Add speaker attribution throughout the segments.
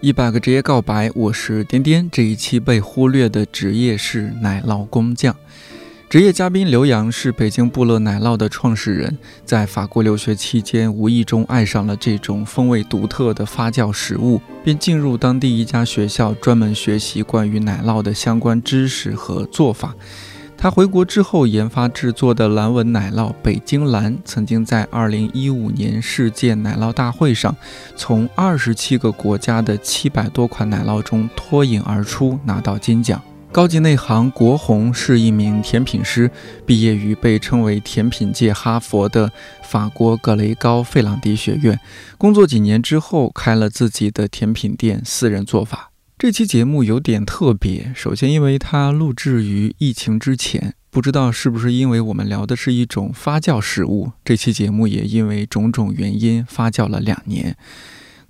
Speaker 1: 一百个职业告白，我是颠颠。这一期被忽略的职业是奶酪工匠。职业嘉宾刘洋是北京布乐奶酪的创始人，在法国留学期间无意中爱上了这种风味独特的发酵食物，便进入当地一家学校专门学习关于奶酪的相关知识和做法。他回国之后研发制作的蓝纹奶酪“北京蓝”，曾经在2015年世界奶酪大会上，从27个国家的700多款奶酪中脱颖而出，拿到金奖。高级内行国红是一名甜品师，毕业于被称为甜品界哈佛的法国格雷高费朗迪学院。工作几年之后，开了自己的甜品店，私人做法。这期节目有点特别，首先因为它录制于疫情之前，不知道是不是因为我们聊的是一种发酵食物，这期节目也因为种种原因发酵了两年。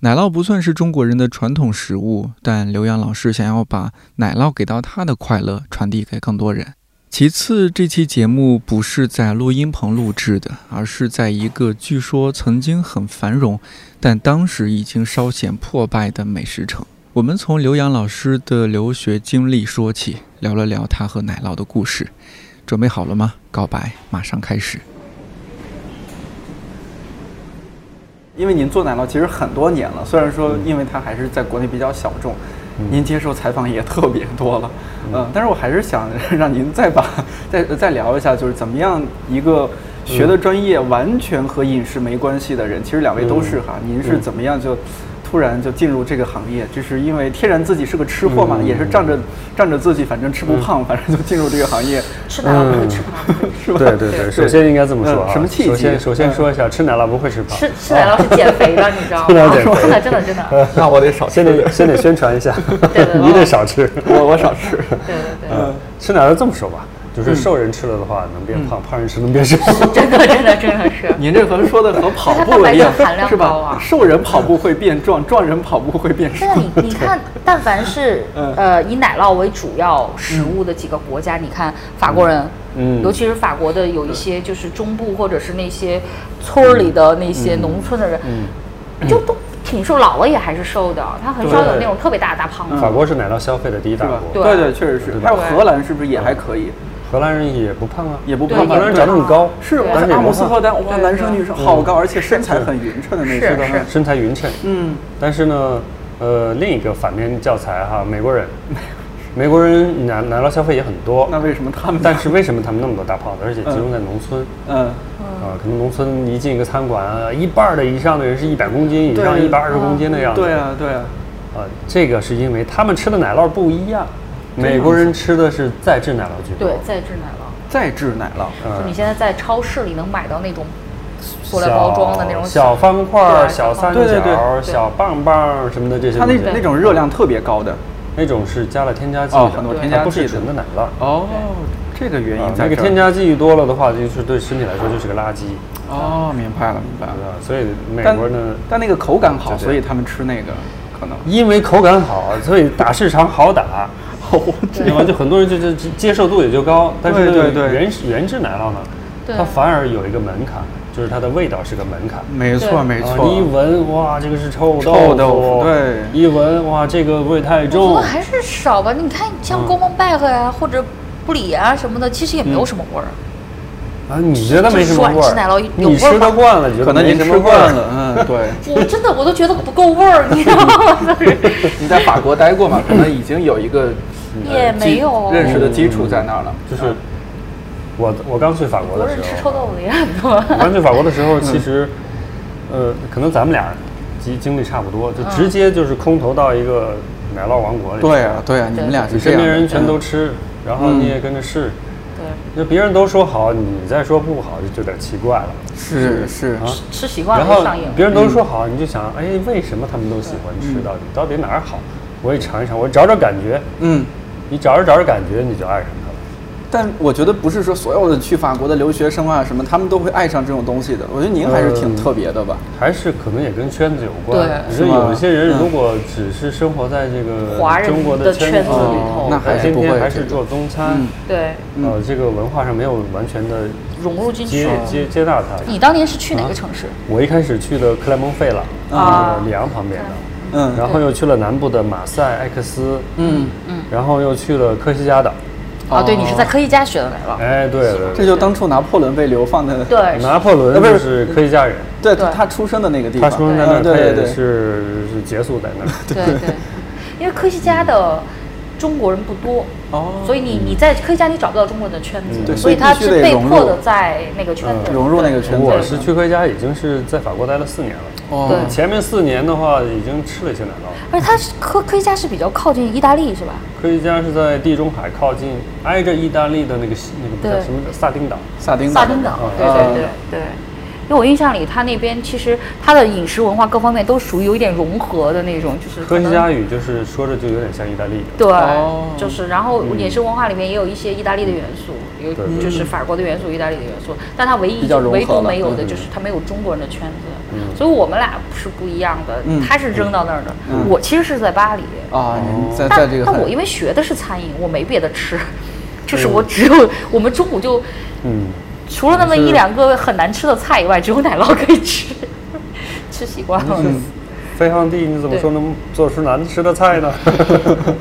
Speaker 1: 奶酪不算是中国人的传统食物，但刘洋老师想要把奶酪给到他的快乐传递给更多人。其次，这期节目不是在录音棚录制的，而是在一个据说曾经很繁荣，但当时已经稍显破败的美食城。我们从刘洋老师的留学经历说起，聊了聊他和奶酪的故事。准备好了吗？告白马上开始。因为您做奶酪其实很多年了，虽然说
Speaker 2: 嗯
Speaker 1: 因为它还是在国内比较小众，您接受采访也特别多了，嗯，但是我还是想 让您再把再再聊一下，就是怎么样一个学的专业完全和饮食没关系的人，其实两位都是哈，您是怎么样就突然就进入这个行业？这是因为天然自己是个吃货嘛，也是仗着仗着自己反正吃不胖，反正就进入这个行业，
Speaker 3: 吃奶酪不会吃
Speaker 2: 嗯
Speaker 3: 胖，
Speaker 1: 是吧？
Speaker 2: 对对对，首先应该这么说
Speaker 1: 嗯
Speaker 2: 啊。
Speaker 1: 什么契机嗯
Speaker 2: 首先首先说一下，吃奶酪不会吃胖。
Speaker 3: 吃吃奶酪是减肥的，你知道吗？
Speaker 2: 吃奶酪减肥
Speaker 3: 真的真的真的，
Speaker 1: 那我得少吃
Speaker 2: 先
Speaker 1: 点
Speaker 2: 得，先得宣传一下
Speaker 3: 对对，
Speaker 2: 你得少吃。嗯
Speaker 1: 我我少 吃。
Speaker 3: 对对对，
Speaker 2: 吃奶酪这么说吧，就是瘦人吃了的话能变
Speaker 1: 嗯
Speaker 2: 胖，胖人吃能 变瘦。
Speaker 3: 真的真的真的是。
Speaker 1: 您这和说的和跑步一样
Speaker 3: 它蛋白质含，量
Speaker 1: 是
Speaker 3: 高
Speaker 1: 吧
Speaker 3: 啊？
Speaker 1: 瘦人跑步会变壮， 壮人跑步会变瘦
Speaker 3: 真。的，你你看，但凡是
Speaker 1: 嗯
Speaker 3: 呃以奶酪为主要食物的几个国家，你看法国人，
Speaker 2: 嗯
Speaker 3: 尤其是法国的有一些就是中部或者是那些
Speaker 2: 嗯
Speaker 3: 村儿里的那些农村的人，就都挺瘦，老了也还是瘦的，他很少有那种特别大的大胖子。
Speaker 2: 嗯法国是奶酪消费的第一大
Speaker 1: 是吧？
Speaker 2: 国，
Speaker 3: 对
Speaker 1: 对对，确实是。
Speaker 2: 对
Speaker 1: 还有
Speaker 3: 对
Speaker 1: 荷兰是不是也还可以？
Speaker 2: 荷兰人也不胖啊，
Speaker 1: 也不
Speaker 3: 对
Speaker 1: 胖
Speaker 2: 荷
Speaker 1: 吧，
Speaker 2: 兰人
Speaker 1: 对啊嗯
Speaker 2: 长那么高，
Speaker 1: 是，
Speaker 3: 对
Speaker 1: 我
Speaker 2: 但
Speaker 1: 在
Speaker 2: 是也
Speaker 1: 阿姆
Speaker 2: 不
Speaker 1: 斯特
Speaker 2: 胖，
Speaker 1: 丹，哇，
Speaker 3: 对
Speaker 1: 男生女生好高，而且身材很匀称的那
Speaker 3: 是
Speaker 1: 种。
Speaker 3: 是
Speaker 2: 身材匀称。
Speaker 1: 嗯，
Speaker 2: 但是呢，呃，另一个反面教材哈，美国人， 美国人奶奶酪消费也很多，
Speaker 1: 那为什么他们？
Speaker 2: 但是为什么他们那么多大胖子，而且集中在农村？
Speaker 1: 嗯，
Speaker 2: 啊，可能农村一进一个餐馆，啊，一半儿的以上的人是一百公斤以上，
Speaker 1: 对
Speaker 2: 一百二十公斤的样子。
Speaker 1: 对啊，对啊，
Speaker 2: 啊，这个是因为他们吃的奶酪不一样，
Speaker 1: 啊
Speaker 2: 美国人吃的是再制奶酪居多。
Speaker 3: 对，再制奶酪。
Speaker 1: 再制奶酪，
Speaker 2: 嗯，
Speaker 3: 就你现在在超市里能买到那种塑料包装的那种
Speaker 2: 小方块儿、
Speaker 3: 对
Speaker 2: 小三角
Speaker 1: 对对对
Speaker 2: 儿、小棒棒儿什么的这些
Speaker 1: 它
Speaker 2: 东
Speaker 1: 那
Speaker 2: 西，
Speaker 1: 那种热量特别高的。
Speaker 2: 那种是加了添加剂
Speaker 1: 哦
Speaker 2: 的，
Speaker 1: 很多
Speaker 2: 它
Speaker 1: 添加
Speaker 2: 不
Speaker 1: 剂
Speaker 2: 是
Speaker 1: 的
Speaker 2: 纯的奶酪。
Speaker 1: 哦，这个原
Speaker 2: 啊
Speaker 1: 因，在
Speaker 2: 那个
Speaker 1: 这儿
Speaker 2: 添加剂多了的话，就是对身体来说就是个垃圾，
Speaker 1: 哦，明白了，明白了。
Speaker 2: 啊，所以美
Speaker 1: 但
Speaker 2: 国呢，
Speaker 1: 但那个口感好，
Speaker 2: 对对
Speaker 1: 所以他们吃那个可能。
Speaker 2: 因为口感好，所以打市场好 打，对吧？就哦很多人就就就接受度也就高，但是呢
Speaker 1: 对对对
Speaker 2: 原始原制奶酪呢，
Speaker 3: 对
Speaker 2: 它反而有一个门槛，就是它的味道是个门槛。
Speaker 1: 没错，
Speaker 3: 对
Speaker 1: 没
Speaker 2: 啊
Speaker 1: 错。
Speaker 2: 你一闻，哇，这个是臭豆
Speaker 1: 臭豆腐对
Speaker 2: 一闻，哇，这个味太
Speaker 3: 我觉
Speaker 2: 重
Speaker 3: 得。还是少吧。你看，像
Speaker 4: 嗯
Speaker 3: g o m b a g 呀，啊或者布里啊什么的，其实也没有什么味儿。
Speaker 2: 啊，你觉得没什么味
Speaker 3: 就是软质奶酪
Speaker 2: 儿
Speaker 3: 有？有
Speaker 2: 你
Speaker 3: 味儿
Speaker 2: 吃
Speaker 3: 吗
Speaker 2: 得惯了，你觉
Speaker 1: 可
Speaker 2: 得
Speaker 1: 能
Speaker 2: 没
Speaker 1: 您
Speaker 2: 什
Speaker 1: 吃
Speaker 2: 么味
Speaker 1: 惯
Speaker 2: 儿。
Speaker 1: 了， 嗯，对，
Speaker 3: 我真的我都觉得不够味儿，你知道吗？
Speaker 1: 你在法国待过嘛，可能已经有一个呃
Speaker 3: 也
Speaker 1: 基
Speaker 3: 没有哦
Speaker 1: 认识的基础在那儿了。
Speaker 2: 就是我我刚去法国
Speaker 3: 我
Speaker 2: 的
Speaker 3: 是
Speaker 2: 时
Speaker 3: 吃
Speaker 2: 候
Speaker 3: 臭，豆腐的也很多。
Speaker 2: 我刚去法国的时
Speaker 1: 嗯
Speaker 2: 候，其实呃，可能咱们俩经经历差不多，就直接就是空投到一个奶酪王国里。
Speaker 1: 嗯对啊，对啊，你们俩是
Speaker 2: 你
Speaker 1: 这
Speaker 2: 身
Speaker 1: 样的。嗯
Speaker 2: 边人全都吃，然后你也跟着试，
Speaker 3: 对，
Speaker 2: 那别人都说好，你再说不好，就就有点奇怪了。
Speaker 1: 是是
Speaker 2: 啊
Speaker 3: 吃习惯
Speaker 2: 然
Speaker 3: 了
Speaker 2: 后
Speaker 3: 就上瘾了。
Speaker 2: 别人
Speaker 1: 嗯
Speaker 2: 都说好，你就想，哎，为什么他们都喜欢吃？到底到底哪儿好？我也尝一尝，我找找感觉。
Speaker 1: 嗯。
Speaker 2: 你找着找着感觉，你就爱上它了。
Speaker 1: 但我觉得不是说所有的去法国的留学生啊什么，他们都会爱上这种东西的。我觉得您还是挺特别的吧。
Speaker 2: 还是可能也跟圈子有关。
Speaker 3: 对
Speaker 2: 就
Speaker 1: 是
Speaker 2: 是
Speaker 1: 吗
Speaker 2: 有一些
Speaker 4: 嗯
Speaker 2: 人如果只是生活在这个
Speaker 3: 华人
Speaker 2: 中国
Speaker 3: 的
Speaker 2: 圈
Speaker 3: 圈
Speaker 2: 子
Speaker 3: 子
Speaker 2: 里
Speaker 3: 里
Speaker 2: 头
Speaker 3: 头，
Speaker 1: 那还是
Speaker 2: 今
Speaker 1: 不会
Speaker 2: 天还是
Speaker 1: 这个
Speaker 2: 做中餐，
Speaker 3: 对，
Speaker 4: 嗯
Speaker 2: 呃，这个文化上没有完全的
Speaker 3: 融入进去
Speaker 2: 接。接接
Speaker 3: 嗯
Speaker 2: 纳它。
Speaker 4: 啊
Speaker 3: 你当年是去哪个城市？
Speaker 2: 我一开始去的克莱蒙费朗，
Speaker 3: 啊
Speaker 2: 那个里昂旁边的，嗯，然后又去了南部的马赛、埃克斯，
Speaker 4: 嗯，
Speaker 2: 然后又去了科西嘉岛。
Speaker 3: 哦，对，你是在科西嘉学的奶酪。
Speaker 2: 哎，对对
Speaker 4: 啊这
Speaker 2: 对，
Speaker 4: 就当初拿破仑被流放的，
Speaker 3: 对，
Speaker 2: 拿破
Speaker 4: 呃
Speaker 2: 仑
Speaker 4: 不是
Speaker 2: 就是科西嘉人，
Speaker 4: 对
Speaker 3: 对
Speaker 4: 他出生的那个地
Speaker 2: 他
Speaker 4: 方，
Speaker 2: 出生在那儿，
Speaker 4: 嗯对
Speaker 2: 他
Speaker 4: 对
Speaker 2: 也
Speaker 4: 对，
Speaker 2: 是是结束在那儿。
Speaker 3: 对对， 因为科西嘉的中国人不多，
Speaker 4: 哦，嗯
Speaker 3: 所以你你在科西嘉你找不到中国人的圈子，
Speaker 4: 对
Speaker 3: 所以
Speaker 4: 所以
Speaker 3: 他
Speaker 4: 必须
Speaker 3: 是
Speaker 4: 得
Speaker 3: 被
Speaker 4: 融
Speaker 3: 迫
Speaker 4: 入
Speaker 3: 的在那个圈子、
Speaker 2: 嗯
Speaker 4: 融入那个圈子
Speaker 2: 我是去科西嘉已经是在法国待了四年了，
Speaker 4: 哦
Speaker 3: 对，
Speaker 2: 前面四年的话已经吃了一些奶酪了。
Speaker 3: 而且它是科科西嘉是比较靠近意大利是吧？
Speaker 2: 科西嘉是在地中海靠近，挨着意大利的那个西那个
Speaker 3: 对
Speaker 2: 叫什么萨丁岛。
Speaker 4: 萨丁
Speaker 3: 萨丁岛，对对对
Speaker 4: 嗯
Speaker 3: 对。因为我印象里，他那边其实他的饮食文化各方面都属于有一点融合的那种，就是
Speaker 2: 科
Speaker 3: 可
Speaker 2: 西
Speaker 3: 能
Speaker 2: 嘉语就是说着就有点像意大利语了。
Speaker 3: 对，
Speaker 4: 哦
Speaker 3: 就是然后饮食文化里面也有一些意大利的元素，
Speaker 4: 嗯
Speaker 3: 有
Speaker 2: 对对
Speaker 3: 就是法国的元素、意大利的元素，但它唯一
Speaker 4: 比较融合
Speaker 3: 唯独
Speaker 4: 了
Speaker 3: 没有的就是它没有中国人的圈子，所以我们俩是不一样的
Speaker 4: 嗯，
Speaker 3: 他是扔到那儿的，我其实是在巴黎，
Speaker 4: 啊，你在在
Speaker 3: 但
Speaker 4: 这个
Speaker 3: 但我
Speaker 4: 很
Speaker 3: 因为学的是餐饮，我没别的吃，
Speaker 4: 嗯
Speaker 3: 就是我只有我们中午就
Speaker 2: 嗯，
Speaker 3: 除了那么
Speaker 2: 是
Speaker 3: 一两个很难吃的菜以外，只有奶酪可以吃， 吃习惯了。
Speaker 2: 飞上嗯地你怎么说能做出难吃的菜 呢？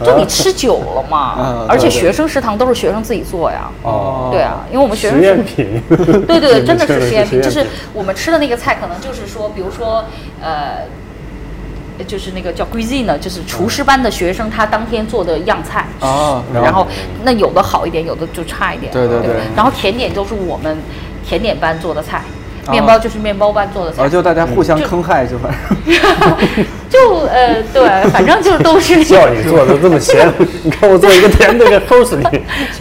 Speaker 3: 就你吃久了嘛
Speaker 4: 啊，
Speaker 3: 而且
Speaker 4: 对对
Speaker 3: 学生食堂都是学生自己做呀。
Speaker 4: 哦
Speaker 3: 对啊，因为我们学生
Speaker 2: 实验品。
Speaker 3: 对对对，真的
Speaker 2: 确
Speaker 3: 是
Speaker 2: 实
Speaker 3: 实 验品，就
Speaker 2: 实
Speaker 3: 是我们吃的那个菜，可能就是说，比如说，呃，就是那个叫 cuisine，呢就是厨师班的学生他当天做的样菜
Speaker 4: 哦
Speaker 3: 然
Speaker 4: 然
Speaker 3: 后
Speaker 2: 后
Speaker 3: 那有的好一点，有的就差一点，
Speaker 4: 对对
Speaker 3: 对吧
Speaker 4: 对
Speaker 3: 然后甜点都是我们甜点班做的菜，
Speaker 4: 哦
Speaker 3: 面包就是面包班做的菜
Speaker 1: 哦
Speaker 4: 啊，，就大家互
Speaker 3: 嗯
Speaker 4: 相坑害，就反正
Speaker 3: 就呃对，反正就都是
Speaker 2: 叫你做的这么咸，你看我做一个甜的给齁死你。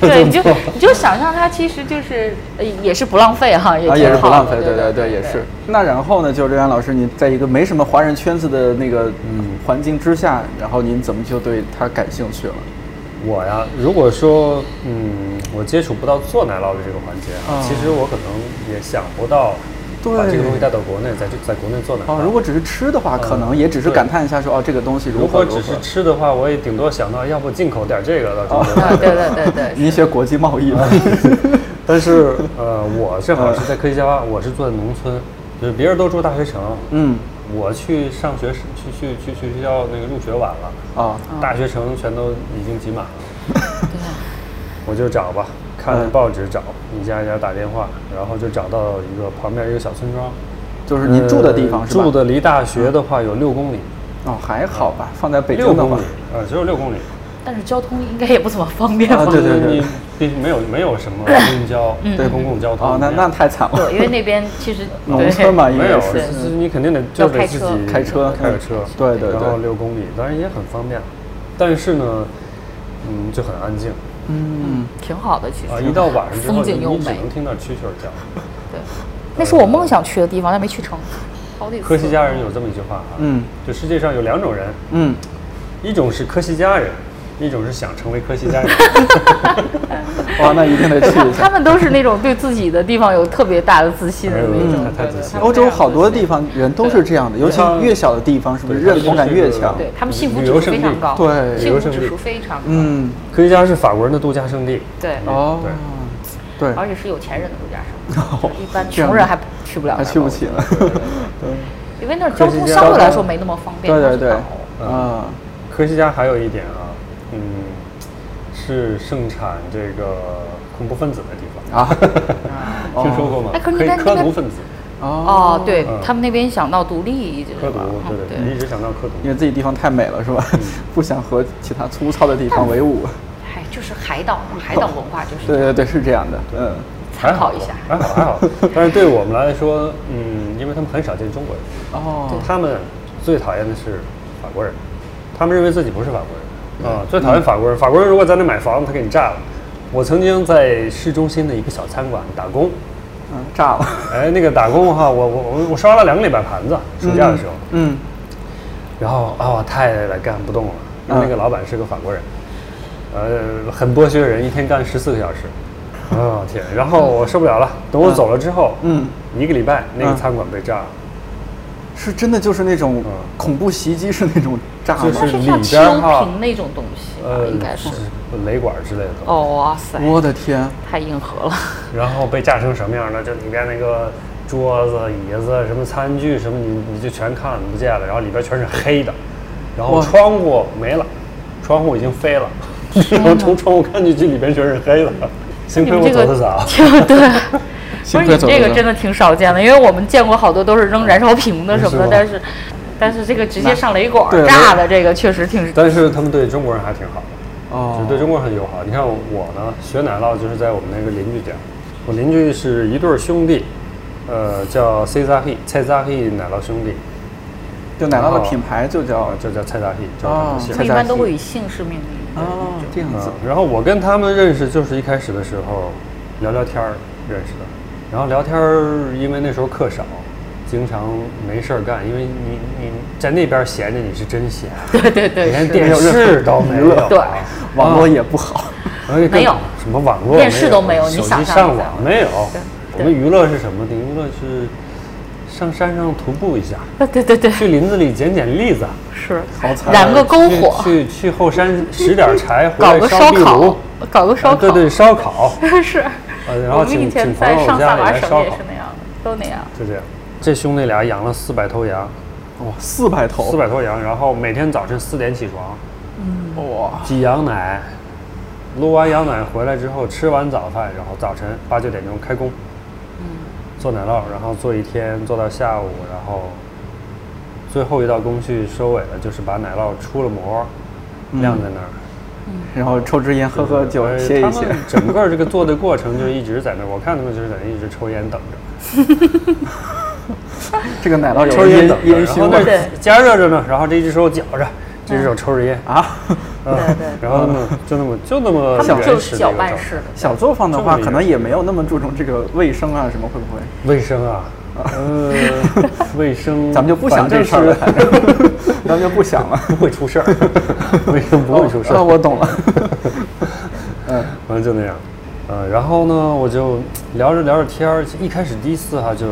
Speaker 3: 对，你就你就想象它其实就是呃也是不浪费哈，也
Speaker 4: 啊也
Speaker 3: 挺
Speaker 4: 是不
Speaker 3: 好
Speaker 4: 浪
Speaker 3: 的
Speaker 4: 费，对
Speaker 3: 对
Speaker 4: 对，也是。那然后呢，就刘洋老师，你在一个没什么华人圈子的那个嗯环境之下，然后您怎么就对他感兴趣了？
Speaker 2: 我呀，如果说嗯，我接触不到做奶酪的这个环节啊，
Speaker 4: 哦
Speaker 2: 其实我可能也想不到
Speaker 4: 对
Speaker 2: 把这个东西带到国内，在这在国内做奶
Speaker 4: 哦
Speaker 2: 酪。，
Speaker 4: 如果只是吃的话，可能也只是感叹一下说哦，这个东西
Speaker 2: 呃如
Speaker 4: 如何
Speaker 2: 果
Speaker 4: 如何
Speaker 2: 只。是吃的话，我也顶多想到要不进口点这个 到中国来。
Speaker 3: 啊对对对对对。
Speaker 4: 您学国际贸易吗？
Speaker 2: 但是呃，我正好是在科技嘉，我是住在农村，就是别人都住大学城，
Speaker 4: 啊嗯，
Speaker 2: 我去上学是去去去去学校那个入学晚了，
Speaker 4: 啊，
Speaker 3: 嗯
Speaker 2: 大学城全都已经挤满了。我就找吧，看
Speaker 4: 嗯
Speaker 2: 报纸找，一家一家打电话，然后就找到一个旁边一个小村庄，
Speaker 4: 就是您住的地方
Speaker 2: 呃
Speaker 4: 是吧？
Speaker 2: 住的离大学的话有六公里，
Speaker 4: 哦，还好吧，放在北
Speaker 2: 六
Speaker 4: 京的
Speaker 2: 公
Speaker 4: 话
Speaker 2: 里，，呃，只有六公里。
Speaker 3: 但是交通应该也不怎么方便吧？
Speaker 4: 啊对对对嗯
Speaker 2: 你必须没有没有什么公交，
Speaker 3: 嗯
Speaker 2: 对公共交通
Speaker 4: 哦，那那太惨了。
Speaker 3: 对因为那边其实
Speaker 4: 农村嘛，应
Speaker 2: 没
Speaker 4: 该
Speaker 2: 有，
Speaker 4: 是
Speaker 3: 对
Speaker 2: 就是你肯定得就得自己
Speaker 3: 要
Speaker 4: 开车
Speaker 2: 开着车，
Speaker 4: 对对对
Speaker 2: 然后六公里，当然也很方便，但是呢，嗯，就很安静
Speaker 3: 嗯，挺好的，其实。
Speaker 2: 啊，一到晚上之后，
Speaker 3: 风景优
Speaker 2: 你只
Speaker 3: 美，
Speaker 2: 能听到蛐蛐儿叫。
Speaker 3: 对，那是我梦想去的地方，但没 去成。好几次
Speaker 2: 科西嘉人有这么一句话啊，
Speaker 4: 嗯，
Speaker 2: 就世界上有两种人，
Speaker 4: 嗯，
Speaker 2: 一种是科西嘉人，一种是想成为科西嘉 人。
Speaker 4: 哇，那一定得去
Speaker 3: 他
Speaker 4: 一
Speaker 3: 他
Speaker 4: 下。
Speaker 3: 们都是那种对自己的地方有特别大的自信的那种
Speaker 2: 哎呦，
Speaker 4: 嗯
Speaker 2: 太
Speaker 3: 对
Speaker 2: 太自信了
Speaker 4: 欧洲好多地方人都是这样的，尤其
Speaker 2: 对
Speaker 4: 越小的地方，是不是
Speaker 2: 对它
Speaker 4: 认同感
Speaker 2: 就是
Speaker 4: 越
Speaker 2: 一个
Speaker 4: 强？
Speaker 3: 对他们幸福
Speaker 2: 旅
Speaker 3: 指
Speaker 2: 游
Speaker 3: 数
Speaker 2: 胜
Speaker 3: 非
Speaker 2: 地
Speaker 3: 常高，
Speaker 4: 对
Speaker 3: 幸
Speaker 2: 旅游
Speaker 3: 福
Speaker 2: 胜
Speaker 3: 指
Speaker 2: 地
Speaker 3: 数非常高，
Speaker 4: 嗯，
Speaker 2: 科西嘉是法国人的度假胜地，嗯
Speaker 3: 对，
Speaker 4: 哦，对，
Speaker 3: 而且是有钱人的度假 胜地，就
Speaker 4: 哦
Speaker 3: 是一般
Speaker 4: 这样
Speaker 3: 穷人还去不了，
Speaker 4: 哦还去不起。了。
Speaker 3: 因为那儿交通相对来说没那么方便，
Speaker 4: 对对
Speaker 3: 它是
Speaker 4: 对
Speaker 3: 岛，
Speaker 2: 嗯
Speaker 4: 啊，
Speaker 2: 科西嘉还有一点啊，嗯，是盛产这个恐怖分子的地方
Speaker 4: 啊
Speaker 2: 听说过吗？
Speaker 3: 哎可是
Speaker 2: 以
Speaker 3: 那边
Speaker 2: 科
Speaker 3: 那边
Speaker 2: 毒分子，
Speaker 3: 哦，对
Speaker 2: 嗯
Speaker 3: 他们那边想到独立一直是
Speaker 2: 科毒
Speaker 3: 吧，
Speaker 2: 对
Speaker 3: 嗯
Speaker 2: 对对，你一直想到科
Speaker 4: 因
Speaker 2: 毒，
Speaker 4: 为自己地方太美了，是
Speaker 2: 嗯
Speaker 4: 吧？ 不想和其他粗糙的地方为伍。
Speaker 3: 哎，就是海岛嘛，海岛文化就是
Speaker 4: 对对对，是这样的。嗯，
Speaker 3: 参考一下。
Speaker 2: 还好还好，但是对我们来说，嗯，因为他们很少见中国人，
Speaker 4: 哦，
Speaker 2: 他们最讨厌的是法国人，他们认为自己不是法
Speaker 4: 嗯
Speaker 2: 国人啊，最讨厌法国人。法国人如果在那买房，他给你炸了。我曾经在市中心的一个小餐馆打工，
Speaker 4: 嗯，炸了。
Speaker 2: 哎，那个打工哈，我我我我刷了两个礼拜盘子，暑假的时候，
Speaker 4: 嗯，
Speaker 2: 然后啊，我太干不动了，
Speaker 4: 嗯
Speaker 2: 因为那个老板是个法国人，呃，很剥削人，一天干十四个小时，啊、天！然后我受不了了，等我走了之后，
Speaker 4: 嗯，
Speaker 2: 一个礼拜那个餐馆被炸了，
Speaker 4: 是真的，就是那种恐怖袭击式那种炸吗
Speaker 2: 嗯就？
Speaker 3: 它
Speaker 2: 是
Speaker 3: 是像
Speaker 2: 里
Speaker 3: 秋
Speaker 2: 边儿哈
Speaker 3: 萍那种东西吧，
Speaker 2: 呃，
Speaker 3: 啊
Speaker 2: 嗯
Speaker 3: 应该是。
Speaker 2: 雷管之类的东西，
Speaker 3: 哦，哇塞，
Speaker 4: 我的天，
Speaker 3: 太硬核了。
Speaker 2: 然后被炸成什么样呢？就里边那个桌子、椅子、什么餐具什么，你你就全看不见了，然后里边全是黑的，然后窗户没了，窗户已经飞了， 然后从窗户看进去，里边全是黑了。幸亏我走得早，
Speaker 3: 对。
Speaker 1: 幸
Speaker 3: 不
Speaker 1: 亏
Speaker 3: 是你
Speaker 1: 走得
Speaker 3: 这个
Speaker 1: 早
Speaker 3: 真的挺少见的，因为我们见过好多都是扔燃烧瓶的什么的，但是但是这个直接上雷管
Speaker 2: 对
Speaker 3: 炸的这个确实挺
Speaker 2: 但是他们对中国人还挺好的，
Speaker 1: 哦
Speaker 2: 就，对中国人很友好。你看我呢，学奶酪就是在我们那个邻居家，我邻居是一对儿兄弟，呃，叫 C 扎 He 蔡扎 He 奶酪兄弟，
Speaker 1: 就奶酪的品牌就叫
Speaker 2: 啊，就叫蔡扎 He，叫
Speaker 1: 哦
Speaker 2: 什么
Speaker 3: 他们
Speaker 1: 蔡
Speaker 3: 一
Speaker 1: 扎
Speaker 3: 般都
Speaker 1: 西
Speaker 3: 会以姓氏命名。
Speaker 1: 哦这样子
Speaker 2: 嗯，然后我跟他们认识就是一开始的时候聊聊天儿认识的，然后聊天儿，因为那时候课少，经常没事儿干，因为你你在那边闲着你是真 闲，
Speaker 3: 对对对，
Speaker 2: 连
Speaker 3: 是
Speaker 2: 电视都没有啊，
Speaker 3: 对
Speaker 1: 网络也不好。
Speaker 2: 而且更
Speaker 3: 没有
Speaker 2: 什么网络，
Speaker 3: 电视都没有你
Speaker 2: 手
Speaker 3: 想
Speaker 2: 机
Speaker 3: 象
Speaker 2: 上
Speaker 3: 一下
Speaker 2: 网没有
Speaker 3: 对。
Speaker 2: 我们娱乐是什么呢？娱乐是上山上徒步一下，
Speaker 3: 对对对对
Speaker 2: 去林子里捡捡栗子，
Speaker 3: 是
Speaker 1: 好惨
Speaker 3: 燃个篝
Speaker 2: 啊去
Speaker 3: 火，
Speaker 2: 去去后山拾点柴，回
Speaker 3: 搞
Speaker 2: 来
Speaker 3: 个
Speaker 2: 烧
Speaker 3: 烧
Speaker 2: 壁炉
Speaker 3: 烤，，搞个烧
Speaker 2: 啊
Speaker 3: 烤，
Speaker 2: 对对，烧烤。
Speaker 3: 是。
Speaker 2: 呃，然
Speaker 3: 我
Speaker 2: 后
Speaker 3: 们以
Speaker 2: 请
Speaker 3: 前
Speaker 2: 请
Speaker 3: 在
Speaker 2: 朋友
Speaker 3: 上
Speaker 2: 家
Speaker 3: 萨
Speaker 2: 里
Speaker 3: 瓦
Speaker 2: 来
Speaker 3: 省
Speaker 2: 烧
Speaker 3: 也
Speaker 2: 烤
Speaker 3: 是，那样的，都那 样。
Speaker 2: 就这样。这兄弟俩养了四百头羊，
Speaker 1: 哇，四百头，
Speaker 2: 嗯四百头羊，然后每天早晨四点起床
Speaker 3: 嗯
Speaker 1: 哇，
Speaker 2: 挤羊奶，撸完羊奶回来之后吃完早饭，然后早晨八九点钟开工，
Speaker 3: 嗯
Speaker 2: 做奶酪，然后做一天做到下午，然后最后一道工序收尾了，就是把奶酪出了膜，晾在那儿。
Speaker 1: 然后抽支烟，嗯喝喝酒，
Speaker 2: 呃
Speaker 1: 歇一
Speaker 2: 他
Speaker 1: 歇
Speaker 2: 们。整个这个做的过程就一直在那儿，我看他们就是在那一直抽烟等着。
Speaker 1: 这个奶酪
Speaker 2: 抽
Speaker 1: 有
Speaker 2: 着
Speaker 1: 烟
Speaker 2: 烟等着，
Speaker 1: 烟
Speaker 2: 然后
Speaker 1: 熏味
Speaker 2: 那儿
Speaker 3: 对
Speaker 2: 加热着呢，然后这只手绞着，这只手抽着烟，
Speaker 1: 啊。
Speaker 2: 嗯
Speaker 3: 对对，
Speaker 2: 然后那么就那么就那么
Speaker 3: 他们
Speaker 2: 原
Speaker 3: 就是
Speaker 2: 始
Speaker 3: 搅
Speaker 2: 的一个
Speaker 3: 拌
Speaker 2: 状
Speaker 3: 式
Speaker 2: 态
Speaker 3: 的，
Speaker 1: 小作坊的话，
Speaker 2: 这么一个
Speaker 1: 可能也没有那么注重这个卫生啊，什么会不会？
Speaker 2: 卫生 啊，呃，卫生，
Speaker 1: 咱们就不想这事儿了，反正 咱们就不想了。
Speaker 2: 不会出事儿， 卫生不会出事
Speaker 1: 哦
Speaker 2: 儿，
Speaker 1: 哦我懂了。 嗯，
Speaker 2: 反正就那样，呃，然后呢，我就聊着聊着天儿，一开始第一次哈、就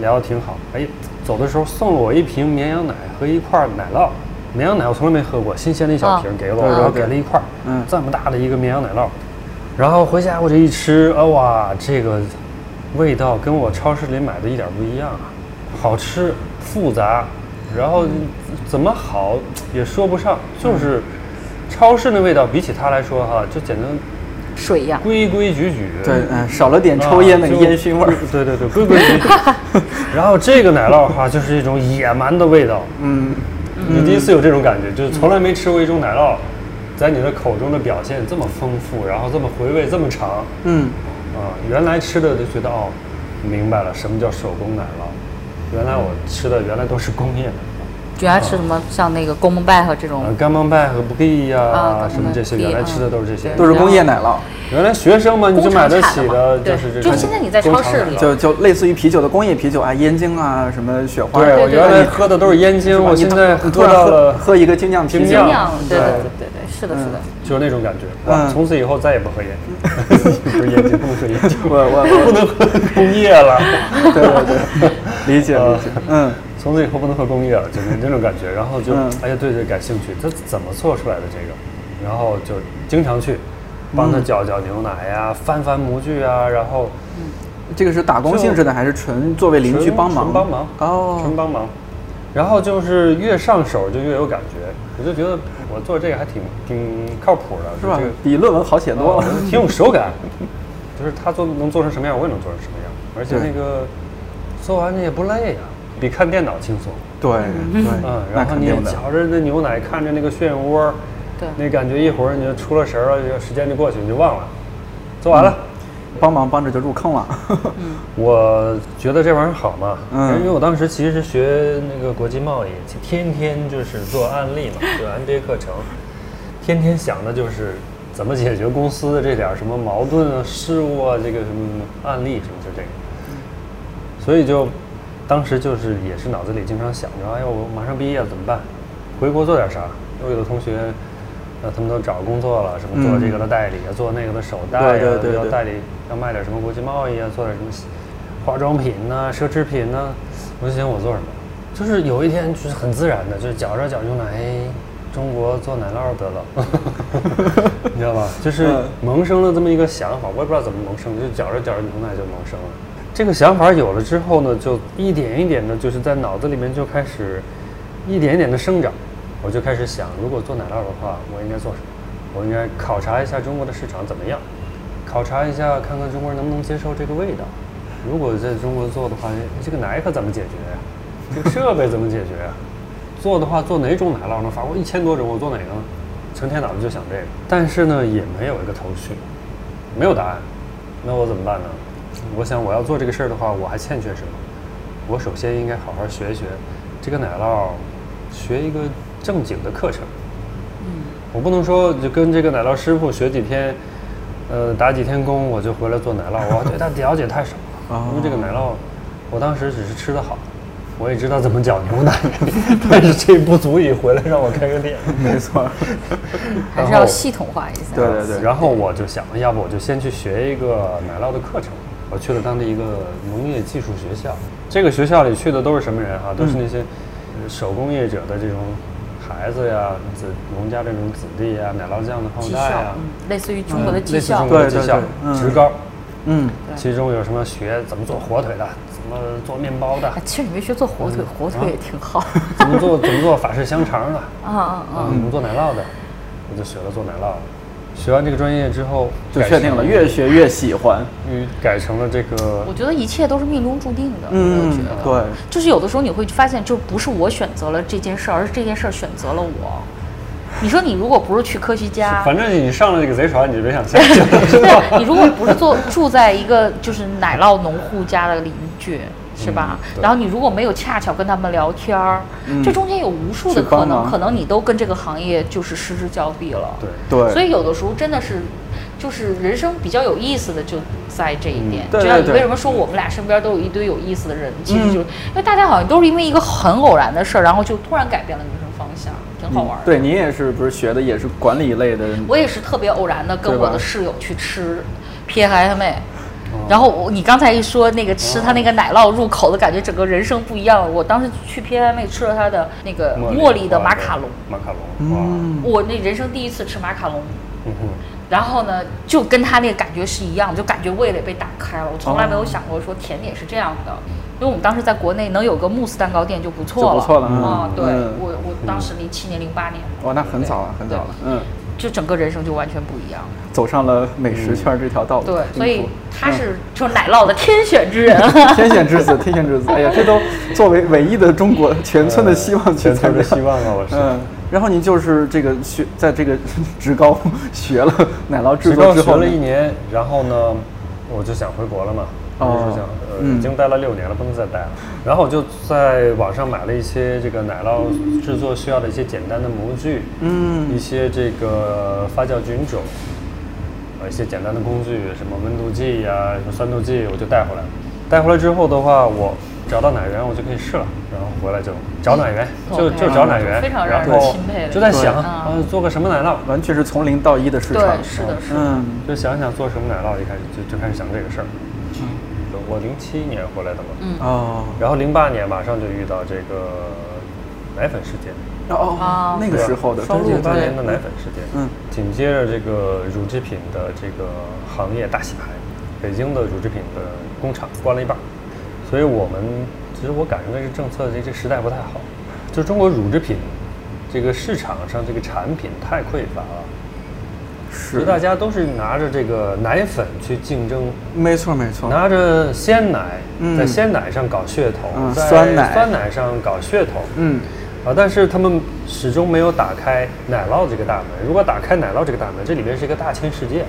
Speaker 2: 聊得挺好，哎，走的时候送了我一瓶绵羊奶和一块奶酪。绵羊奶我从来没喝过，新鲜的一小
Speaker 3: 啊
Speaker 2: 瓶给了我，然后给了一块儿，
Speaker 1: 嗯
Speaker 2: 这么大的一个绵羊奶酪，然后回家我这一吃，啊哇，这个味道跟我超市里买的一点儿不一样啊，好吃复杂，然后怎么好也说不上，就是超市那味道比起它来说哈、就简直
Speaker 3: 水一样。
Speaker 2: 规规矩矩，
Speaker 1: 对，嗯，少了点抽烟那个
Speaker 2: 啊
Speaker 1: 烟熏味儿
Speaker 2: 就。对对对，规 规矩矩。然后这个奶酪哈，就是一种野蛮的味道。
Speaker 1: 嗯，
Speaker 2: 你第一次有这种感觉，就是从来没吃过一种奶酪，在你的口中的表现这么丰富，然后这么回味这么长
Speaker 1: 嗯，
Speaker 2: 啊！原来吃的就觉得哦，明白了什么叫手工奶酪，原来我吃的原来都是工业奶酪。
Speaker 3: 原来吃什么像那个公蒙拜和这种
Speaker 2: 啊，，干蒙拜和布利呀
Speaker 3: 啊，
Speaker 2: 什么这些，
Speaker 3: 干蒙
Speaker 2: 原
Speaker 3: 拜
Speaker 2: 来吃的都是这些
Speaker 3: 嗯对。
Speaker 1: 都是工业奶酪，
Speaker 2: 原来学生嘛，你就
Speaker 3: 工
Speaker 2: 买
Speaker 3: 厂
Speaker 2: 得
Speaker 3: 产
Speaker 2: 起的，
Speaker 3: 嘛
Speaker 2: 就
Speaker 3: 对
Speaker 2: 是这
Speaker 3: 就
Speaker 2: 种
Speaker 3: 现在你在
Speaker 2: 工
Speaker 3: 超
Speaker 2: 厂
Speaker 3: 市
Speaker 2: 奶
Speaker 3: 里
Speaker 2: 酪
Speaker 1: 就就类似于啤酒的工业啤酒啊，燕京啊，什么雪花。
Speaker 2: 对，我
Speaker 3: 对
Speaker 2: 原来
Speaker 1: 对
Speaker 2: 喝的都是烟精，
Speaker 1: 是吧
Speaker 2: 我现在
Speaker 1: 你突
Speaker 2: 喝
Speaker 1: 然
Speaker 2: 到
Speaker 1: 喝
Speaker 2: 了，
Speaker 1: 喝一个精酿啤
Speaker 2: 精
Speaker 1: 酒
Speaker 2: 酿，
Speaker 3: 样，对对
Speaker 2: 对嗯
Speaker 3: 对对对，是的，是的。
Speaker 2: 就是那种感觉。哇，
Speaker 1: 嗯
Speaker 2: 从此以后再也不 喝烟，不是烟精，不能喝烟精，
Speaker 1: 我我
Speaker 2: 不能喝工业了。
Speaker 1: 我，对对对，理解
Speaker 2: 啊
Speaker 1: 理解。嗯，
Speaker 2: 从此以后不能喝工业了，就是那种感觉。然后就
Speaker 1: 嗯，
Speaker 2: 哎呀，对对，感兴趣，这怎么做出来的这个？然后就经常去帮
Speaker 1: 嗯
Speaker 2: 他搅搅牛奶呀，翻翻模具啊，然后
Speaker 1: 这个是打工性质的，还是纯作为邻居
Speaker 2: 纯
Speaker 1: 帮忙？
Speaker 2: 纯帮忙纯
Speaker 1: 哦，
Speaker 2: 帮忙。然后就是越上手就越有感觉，我就觉得我做这个还挺挺靠谱的，
Speaker 1: 是吧
Speaker 2: 这个？嗯
Speaker 1: 比论文好写
Speaker 2: 多
Speaker 1: 多
Speaker 2: 了
Speaker 1: 了。，
Speaker 2: 哦挺有手感。就是他做能做成什么样，我也能做成什么样。而且
Speaker 1: 对
Speaker 2: 那个做完你也不累啊，比看电脑轻松。
Speaker 1: 对对
Speaker 2: 嗯，，
Speaker 1: 那
Speaker 2: 然后
Speaker 1: 肯
Speaker 2: 你也
Speaker 1: 定的。
Speaker 2: 嚼着那牛奶，看着那个漩涡，
Speaker 3: 对
Speaker 2: 那感觉一会儿你就出了神儿了，就时间就过去，你就忘了。做完了，
Speaker 1: 帮忙帮着就入坑了。
Speaker 2: 我觉得这玩意儿好嘛，
Speaker 1: 嗯
Speaker 2: 因为我当时其实是学那个国际贸易，天天就是做案例嘛，就 MBA 课程，天天想的就是怎么解决公司的这点儿什么矛盾啊、事务啊，这个什么什么案例什么就这个，所以就当时就是也是脑子里经常想着，哎呦，我马上毕业了怎么办？回国做点啥？我有的同学。呃，他们都找工作了，什么做这个的代理啊，做那个的手袋啊，
Speaker 1: 对对对
Speaker 2: 要
Speaker 1: 对
Speaker 2: 代理要卖点什么国际贸易啊，做点什么化妆品呐、奢侈品呐、我就想我做什么，就是有一天就是很自然的，就是嚼着嚼牛奶，哎中国做奶酪得了， 你知道吧？就是
Speaker 1: 嗯
Speaker 2: 萌生了这么一个想法，我也不知道怎么萌生，就嚼着嚼着牛奶就萌生了。这个想法有了之后呢，就一点一点的，就是在脑子里面就开始一点一点的生长。我就开始想，如果做奶酪的话，我应该做什么？我应该考察一下中国的市场怎么样，考察一下看看中国人能不能接受这个味道。如果在中国做的话，这个奶可怎么解决呀、这个设备怎么解决呀、做的话，做哪种奶酪呢？法国一千多种，我做哪个呢？成天脑子就想这个，但是呢，也没有一个头绪，没有答案。那我怎么办呢？我想我要做这个事儿的话，我还欠缺什么？我首先应该好好学一学这个奶酪，学一个正经的课程。我不能说就跟这个奶酪师傅学几天，呃，打几天工我就回来做奶酪，我对他了解太少了。因为这个奶酪，我当时只是吃的好，我也知道怎么搅牛奶， 但是这不足以回来让我开个店。
Speaker 4: 没错，
Speaker 3: 还是要系统化一下。
Speaker 4: 对对对
Speaker 2: 然后我就想，要不我就先去学一个奶酪的课程。我去了当地一个农业技术学校，这个学校里去的都是什么人啊哈、都是那些呃手工业者的这种孩子呀，子农家这种子弟呀，奶酪酱的后
Speaker 3: 绩
Speaker 2: 代
Speaker 3: 效
Speaker 2: 呀，，
Speaker 3: 嗯类似于中国的绩
Speaker 2: 类似
Speaker 3: 效
Speaker 2: 中，国的
Speaker 4: 对
Speaker 2: 技
Speaker 4: 对
Speaker 2: 校
Speaker 4: 对嗯
Speaker 2: 职高，
Speaker 4: 嗯，
Speaker 2: 其中有什么学怎么做火腿的，怎么做面包的
Speaker 3: 哎，其实你没学做火
Speaker 2: 嗯
Speaker 3: 腿，火
Speaker 2: 啊
Speaker 3: 腿也挺好。
Speaker 2: 怎么做怎么做法式香肠的，
Speaker 3: 啊啊啊！
Speaker 2: 啊，怎么做奶酪的，我就学了做奶酪。学完这个专业之后，
Speaker 4: 就确定了，越学越喜欢。
Speaker 2: 与改成了这个
Speaker 3: 我觉得一切都是命中注定的。我
Speaker 4: 嗯
Speaker 3: 觉得，，
Speaker 4: 对，
Speaker 3: 就是有的时候你会发现，就不是我选择了这件事儿，而是这件事儿选择了我。你说你如果不是去科学家，
Speaker 2: 反正你上了这个贼船，你就别想下去 了，是吧？
Speaker 3: 对你如果不是做住在一个就是奶酪农户家的邻居，是吧？
Speaker 2: 嗯对嗯
Speaker 3: 然后你如果没有恰巧跟他们聊天儿，这中间有无数的
Speaker 4: 去帮
Speaker 3: 可能，
Speaker 4: 忙
Speaker 3: 可能你都跟这个行业就是失之交臂了。
Speaker 2: 对，
Speaker 4: 对，
Speaker 3: 所以有的时候真的是，就是人生比较有意思的就在这一点。
Speaker 4: 嗯对
Speaker 3: 就像
Speaker 4: 对
Speaker 3: 你
Speaker 4: 对嗯
Speaker 3: 为什么说我们俩身边都有一堆有意思的人，其实就是、因为大家好像都是因为一个很偶然的事儿，然后就突然改变了人生方向，挺好玩儿的。
Speaker 4: 对你也是不是学的也是管理类的？
Speaker 3: 我也是特别偶然的跟
Speaker 4: 对吧
Speaker 3: 我的室友去吃 P H M A。然
Speaker 4: 哦
Speaker 3: 后我你刚才一说那个吃它那个奶酪入口的感觉，整个人生不一样了。我当时去 P H M A 吃了它的那个茉莉的马卡龙，，
Speaker 2: 马卡龙，哇，嗯
Speaker 3: 我那人生第一次吃马卡龙，
Speaker 2: 哼，
Speaker 3: 然后呢，就跟他那个感觉是一样，就感觉味蕾被打开了。我从来没有想过说甜点是这样的，因为我们当时在国内能有个慕斯蛋糕店就不错了，
Speaker 4: 就不错了嗯
Speaker 3: 啊、对、
Speaker 4: 嗯
Speaker 3: 我，我当时零七年、零八年，
Speaker 4: 哦，那很早了，很早了，嗯，
Speaker 3: 就整个人生就完全不一样。
Speaker 4: 走上了美食圈这条道路。
Speaker 3: 对，
Speaker 4: 辛苦
Speaker 3: 所以他是
Speaker 4: 嗯
Speaker 3: 就奶酪的天选 之人。
Speaker 4: 天选之子，天选之子，哎呀，这都作为唯一的中国全村的希望去
Speaker 2: 全村
Speaker 4: 参加
Speaker 2: 的希望啊，我是。
Speaker 4: 嗯，然后您就是这个学，在这个 职高学了奶酪制
Speaker 2: 职
Speaker 4: 作
Speaker 2: 高
Speaker 4: 之
Speaker 2: 学
Speaker 4: 后
Speaker 2: 了
Speaker 4: 呢，
Speaker 2: 一年，然后呢，我就想回国了嘛，我
Speaker 4: 哦
Speaker 2: 就想，呃，
Speaker 4: 嗯
Speaker 2: 已经待了六年了，不能再待了。然后我就在网上买了一些这个奶酪制作需要的一些简单的模具，
Speaker 4: 嗯
Speaker 2: 一些这个发酵菌种，呃，一些简单的工具，什么温度计呀、什么酸度计，我就带回来了。带回来之后的话，我找到奶源，我就可以试了。然后回来就找奶源，就
Speaker 3: 嗯 OK
Speaker 2: 就找奶源，
Speaker 3: 非常让
Speaker 2: 然
Speaker 3: 人
Speaker 2: 后
Speaker 3: 钦佩的
Speaker 2: 就在
Speaker 4: 对
Speaker 2: 想，
Speaker 3: 嗯
Speaker 2: 啊，做个什么奶酪，
Speaker 4: 完全是从零到一的 市
Speaker 3: 对
Speaker 4: 场。，
Speaker 3: 是的，是的。
Speaker 4: 嗯，
Speaker 2: 就想想做什么奶酪，一开始就就开始想这个事儿。
Speaker 4: 嗯
Speaker 2: 我零七年回来的嘛，
Speaker 3: 嗯
Speaker 4: 哦，
Speaker 2: 然后零八年马上就遇到这个奶粉事件，
Speaker 4: 哦
Speaker 3: 啊，
Speaker 4: 那个时候的，
Speaker 3: 收入
Speaker 2: 零八
Speaker 3: 对
Speaker 2: 年的奶粉事件，
Speaker 4: 嗯，
Speaker 2: 紧接着这个乳制品的这个行业大洗牌，北京的乳制品的工厂关了一半儿，所以我们其实我感觉这个政策这这时代不太好，就中国乳制品这个市场上这个产品太匮乏了，
Speaker 4: 是
Speaker 2: 就大家都是拿着这个奶粉去竞争
Speaker 4: 没错没错，
Speaker 2: 拿着鲜奶，
Speaker 4: 嗯
Speaker 2: 在鲜奶上搞噱头，
Speaker 4: 嗯
Speaker 2: 在
Speaker 4: 酸奶
Speaker 2: 酸奶上搞噱头，
Speaker 4: 嗯，
Speaker 2: 啊，但是他们始终没有打开奶酪这个大门。如果打开奶酪这个大门，这里面是一个大千世界，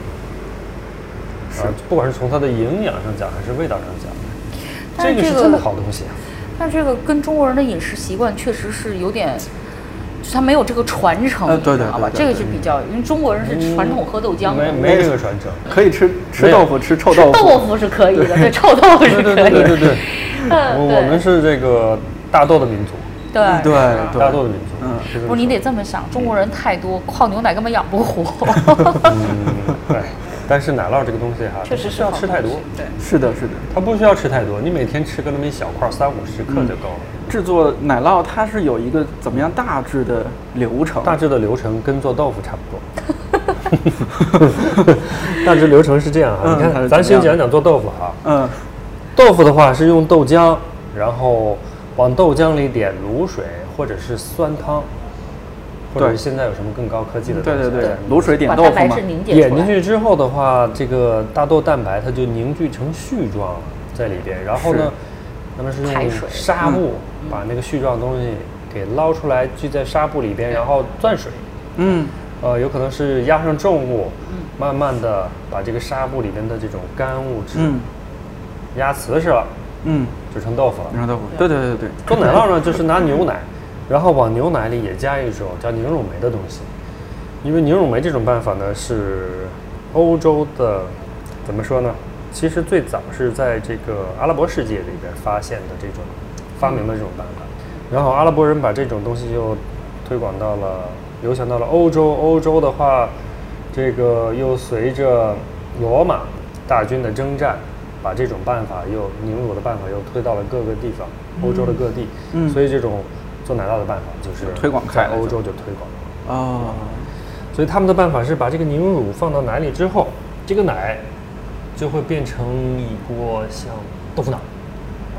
Speaker 2: 啊，不管是从它的营养上讲，还是味道上讲，
Speaker 3: 但是
Speaker 2: 个
Speaker 3: 这
Speaker 2: 是
Speaker 3: 个
Speaker 2: 真的好东西啊。
Speaker 3: 但这个跟中国人的饮食习惯确实是有点，就他没有这个传承，
Speaker 4: 呃对对
Speaker 3: 你知道吧？
Speaker 4: 对对嗯
Speaker 3: 这个是比较，因为中国人是传统喝豆浆
Speaker 2: 没。
Speaker 3: 的
Speaker 2: 没这个传 承。
Speaker 4: 可以吃吃
Speaker 2: 没有
Speaker 4: 豆腐，吃臭
Speaker 3: 吃
Speaker 4: 豆腐，
Speaker 3: 豆腐是可以的，对，臭豆腐是
Speaker 2: 对对
Speaker 3: 可
Speaker 2: 对
Speaker 3: 以
Speaker 2: 对对
Speaker 3: 的。
Speaker 2: 对，
Speaker 3: 嗯
Speaker 2: 我
Speaker 3: 对
Speaker 2: 我们是这个大豆的民族，啊
Speaker 3: 对
Speaker 4: 对对，
Speaker 2: 大豆的民族。
Speaker 4: 嗯
Speaker 2: 是这么
Speaker 3: 不是你
Speaker 2: 说
Speaker 3: 得这么想，中国人太多，靠牛奶根本养不活。
Speaker 2: 嗯，对。但是奶酪这个东西哈，
Speaker 3: 确实
Speaker 2: 不需
Speaker 3: 是
Speaker 2: 要
Speaker 3: 好
Speaker 2: 吃太多
Speaker 3: 东西，对，
Speaker 4: 是的，是的。
Speaker 2: 它不需要吃太多，你每天吃个那么一小块儿，三五十克就够了。
Speaker 4: 制作奶酪它是有一个怎么样大致的流程？
Speaker 2: 大致的流程跟做豆腐差不多。大致流程是这样啊，
Speaker 4: 嗯
Speaker 2: 你
Speaker 4: 它
Speaker 2: 看，
Speaker 4: 是怎么
Speaker 2: 咱先
Speaker 4: 样
Speaker 2: 讲讲做豆腐哈。
Speaker 4: 嗯，
Speaker 2: 豆腐的话是用豆浆，然后往豆浆里点卤水或者是酸汤，或者现在有什么更高科技的东
Speaker 4: 对
Speaker 2: 西？
Speaker 4: 对对
Speaker 2: 什么，
Speaker 4: 卤水点
Speaker 3: 把
Speaker 4: 豆
Speaker 3: 蛋
Speaker 4: 腐
Speaker 3: 白
Speaker 4: 嘛
Speaker 3: 质，凝结
Speaker 2: 演
Speaker 3: 出
Speaker 2: 进
Speaker 3: 来。
Speaker 2: 去之后的话，这个大豆蛋白它就凝聚成絮状了在里边，然后呢，他们是
Speaker 3: 排
Speaker 2: 用
Speaker 3: 水
Speaker 2: 纱布把那个絮状东西给捞出来，聚在纱布里边，然后攥水，
Speaker 4: 嗯，
Speaker 2: 呃，有可能是压上重物，慢慢的把这个纱布里边的这种干物质
Speaker 4: 嗯
Speaker 2: 压瓷实了，
Speaker 4: 嗯，
Speaker 2: 就成豆腐了。
Speaker 4: 然后豆腐，对对对对
Speaker 2: 做奶酪呢，就是拿牛奶，然后往牛奶里也加一种叫凝乳酶的东西，因为凝乳酶这种办法呢是欧洲的，怎么说呢？其实最早是在这个阿拉伯世界里边发现的这种发明的这种办法，然后阿拉伯人把这种东西又推广到了流行到了欧洲，欧洲的话，这个又随着罗马大军的征战，把这种办法又凝乳的办法又推到了各个地方，欧洲的各地，
Speaker 4: 嗯
Speaker 2: 所以这种做奶酪的办法就是
Speaker 4: 推广开
Speaker 2: 在
Speaker 4: 了
Speaker 2: 欧
Speaker 4: 就
Speaker 2: 洲就推广了。
Speaker 4: 对，哦，
Speaker 2: 所以他们的办法是把这个凝乳放到奶里之后，这个奶就会变成一锅像豆腐脑。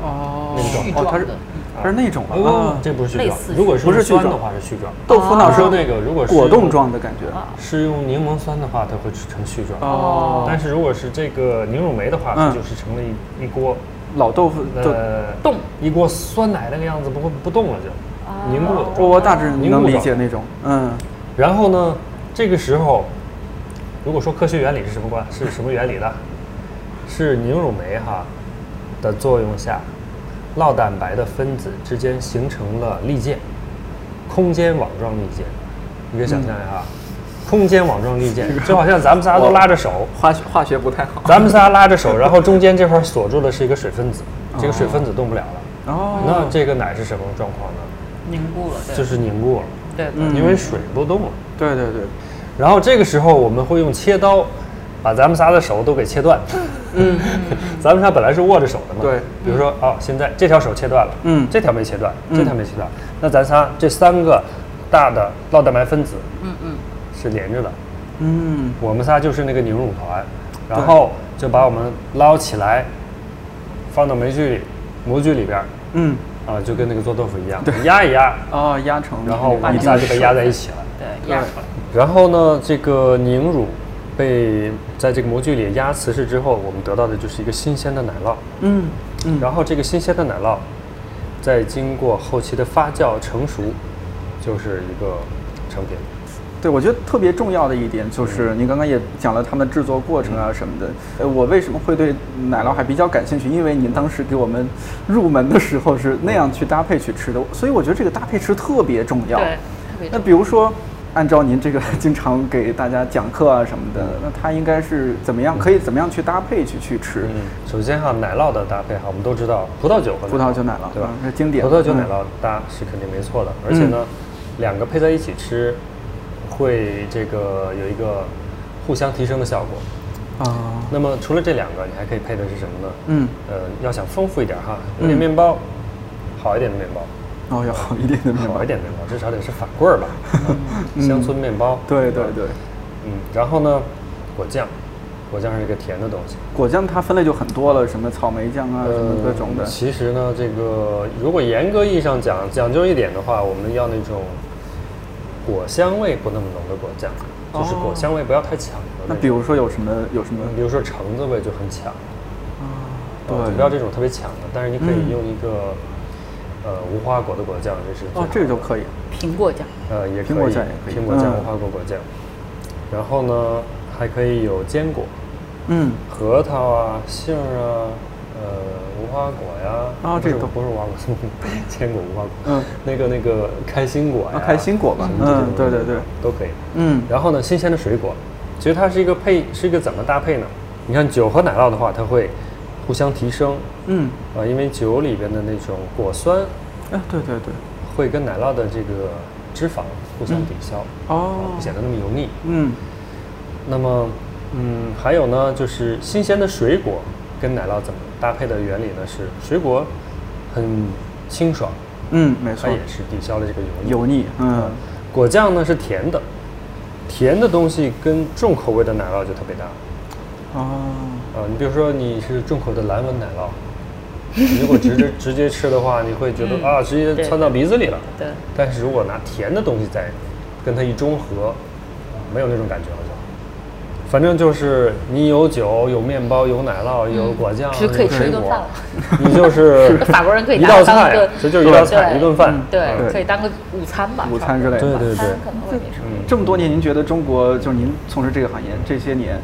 Speaker 4: 哦
Speaker 2: 那
Speaker 3: 絮
Speaker 4: 哦，它
Speaker 3: 状
Speaker 4: 是
Speaker 3: 的
Speaker 4: 它是那种
Speaker 2: 啊哦
Speaker 4: 啊，，
Speaker 2: 这不是絮
Speaker 3: 类
Speaker 2: 状
Speaker 3: 似，
Speaker 2: 如果是
Speaker 4: 不是絮
Speaker 2: 酸的
Speaker 4: 状
Speaker 2: 话是絮状，
Speaker 4: 豆腐脑
Speaker 2: 我
Speaker 4: 是
Speaker 2: 说那个如果是
Speaker 4: 果冻
Speaker 2: 用
Speaker 4: 状的感觉，
Speaker 2: 是用柠檬酸的话，它会成絮状。
Speaker 4: 哦，
Speaker 2: 但是如果是这个凝乳酶的话，它
Speaker 4: 嗯
Speaker 2: 就是成了一一锅
Speaker 4: 老豆腐就
Speaker 2: 呃
Speaker 3: 冻哦
Speaker 2: 一锅酸奶那个样子，不会不动了就凝固了。
Speaker 4: 我我大致
Speaker 2: 凝固
Speaker 4: 能
Speaker 2: 哦
Speaker 4: 理
Speaker 2: 状
Speaker 4: 解那种，嗯
Speaker 2: 然后呢，这个时候，如果说科学原理是什么关是什么原理呢？是凝乳酶哈的作用下，酪蛋白的分子之间形成了利键，空间网状利键。你可以想象一下，
Speaker 4: 嗯
Speaker 2: 空间网状利键，就好像咱们仨都拉着手，
Speaker 4: 化学化学不太好，
Speaker 2: 咱们仨拉着手，然后中间这块锁住的是一个水分子，这个水分子动不了了。那
Speaker 4: 啊哦，
Speaker 2: 这个奶是什么状况呢？
Speaker 3: 凝固了，对，
Speaker 2: 就是凝固了，
Speaker 3: 对对
Speaker 4: 嗯
Speaker 2: 因为水不动了。
Speaker 4: 对对对，
Speaker 2: 然后这个时候我们会用切刀，把咱们仨的手都给切断。
Speaker 4: 嗯，
Speaker 2: 咱们仨本来是握着手的嘛。
Speaker 4: 对。
Speaker 2: 比如说，哦，现在这条手切断了，
Speaker 4: 嗯
Speaker 2: 这条没切断，
Speaker 4: 嗯
Speaker 2: 这条没切断。那咱仨这三个大的酪蛋白分子
Speaker 3: 嗯嗯，
Speaker 2: 是连着的，
Speaker 4: 嗯
Speaker 2: 我们仨就是那个凝乳团，然后就把我们捞起来，放到霉菌里、模具里边儿，
Speaker 4: 嗯，
Speaker 2: 啊，就跟那个做豆腐一样，压一压，
Speaker 4: 哦，压成，
Speaker 2: 然后我
Speaker 3: 把
Speaker 2: 们
Speaker 3: 那
Speaker 2: 仨
Speaker 3: 个
Speaker 2: 就被
Speaker 3: 水
Speaker 2: 压在一起了。
Speaker 3: 对，压出来。
Speaker 2: 然后呢，这个凝乳被在这个模具里压瓷实之后，我们得到的就是一个新鲜的奶酪。
Speaker 4: 嗯嗯，
Speaker 2: 然后这个新鲜的奶酪，再经过后期的发酵成熟，就是一个成品。
Speaker 4: 对，我觉得特别重要的一点就是，你刚刚也讲了他们的制作过程啊什么的。呃，我为什么会对奶酪还比较感兴趣？因为您当时给我们入门的时候是那样去搭配去吃的，所以我觉得这个搭配吃特别重要。
Speaker 3: 对，特别
Speaker 4: 那
Speaker 3: 重
Speaker 4: 比如说，按照您这个经常给大家讲课啊什么的，那它应该是怎么样？可以怎么样去搭配去去吃？
Speaker 2: 嗯，首先哈，奶酪的搭配哈，我们都知道葡萄酒和奶酪
Speaker 4: 葡萄酒奶酪
Speaker 2: 对吧
Speaker 4: 嗯？是经典
Speaker 2: 葡萄酒
Speaker 4: 嗯
Speaker 2: 奶酪搭是肯定没错的，而且呢，两个配在一起吃，会这个有一个互相提升的效果。
Speaker 4: 啊，
Speaker 2: 那么除了这两个，你还可以配的是什么呢？
Speaker 4: 嗯，
Speaker 2: 呃，要想丰富一点哈，有
Speaker 4: 嗯
Speaker 2: 点面包，好一点的面包，
Speaker 4: 哦，要好一点的面包嗯
Speaker 2: 好一。点的面包，至少得是法棍儿吧， 乡村面包。
Speaker 4: 对对对，
Speaker 2: 嗯，然后呢，果酱，果酱是一个甜的东西，
Speaker 4: 果酱它分类就很多了，什么草莓酱啊，什么各种的。
Speaker 2: 呃其实呢，这个如果严格意义上讲，讲究一点的话，我们要那种果香味不那么浓的果酱，就是果香味不要太强的
Speaker 4: 哦那
Speaker 2: 种
Speaker 4: 比如说有什么有什么？
Speaker 2: 比如说橙子味就很强，呃就不
Speaker 4: 嗯对嗯
Speaker 2: 要，这种特别强的，但是你可以用一个、呃无花果的果酱，这是最
Speaker 4: 哦，这个就
Speaker 2: 好的
Speaker 4: 可以。
Speaker 3: 苹果酱，
Speaker 2: 呃也可以
Speaker 4: 苹果酱也可以
Speaker 2: 苹果酱、
Speaker 4: 嗯
Speaker 2: 无花果果酱，然后呢还可以有坚果，
Speaker 4: 嗯，
Speaker 2: 核桃啊、杏儿啊、呃无花果呀，
Speaker 4: 啊
Speaker 2: 不是
Speaker 4: 这个
Speaker 2: 不是无花果， 坚果无花果，
Speaker 4: 嗯，
Speaker 2: 那个那个开心果呀，
Speaker 4: 啊开心果吧
Speaker 2: 什么这种
Speaker 4: 嗯对对对
Speaker 2: 都可以。
Speaker 4: 嗯
Speaker 2: 然后呢，新鲜的水果，其实它是一个配，是一个怎么搭配呢？你看酒和奶酪的话，它会互相提升，
Speaker 4: 嗯，
Speaker 2: 啊、因为酒里边的那种果酸
Speaker 4: 哎，对对对，
Speaker 2: 会跟奶酪的这个脂肪互相抵消，啊
Speaker 4: 哦
Speaker 2: 不，显得那么油腻。
Speaker 4: 嗯，
Speaker 2: 那么，嗯，还有呢，就是新鲜的水果跟奶酪怎么搭配的原理呢？是水果很清爽，
Speaker 4: 嗯，没
Speaker 2: 它
Speaker 4: 错
Speaker 2: 也，是抵消了这个油腻。
Speaker 4: 油腻，嗯，
Speaker 2: 果酱呢是甜的，甜的东西跟重口味的奶酪就特别搭。
Speaker 4: 哦，
Speaker 2: 啊，你比如说你是重口的蓝纹奶酪，你如果直接 直接吃的话，你会觉得、
Speaker 3: 嗯
Speaker 2: 啊，直接
Speaker 3: 对
Speaker 2: 窜到鼻子里了。
Speaker 3: 对，
Speaker 2: 但是如果拿甜的东西再跟它一中和，没有那种感觉了就。反正就是你有酒，有面包，有奶酪，有果酱，
Speaker 3: 就可以
Speaker 2: 有
Speaker 3: 吃
Speaker 2: 水
Speaker 3: 一顿饭
Speaker 2: 果
Speaker 3: 了，
Speaker 2: 你就是
Speaker 3: 法国人可以
Speaker 2: 一
Speaker 3: 拿
Speaker 2: 道
Speaker 3: 来当
Speaker 2: 菜啊
Speaker 3: 一个，
Speaker 2: 这就是一道菜，
Speaker 3: 对嗯
Speaker 2: 一顿饭。嗯
Speaker 3: 对
Speaker 4: 对，
Speaker 3: 可以当个午餐吧，
Speaker 4: 午餐之类
Speaker 2: 对
Speaker 4: 的。
Speaker 2: 对对
Speaker 3: 差不多。午餐可能会没什么。
Speaker 4: 这么多年，您觉得中国就是您从事这个行业这些年，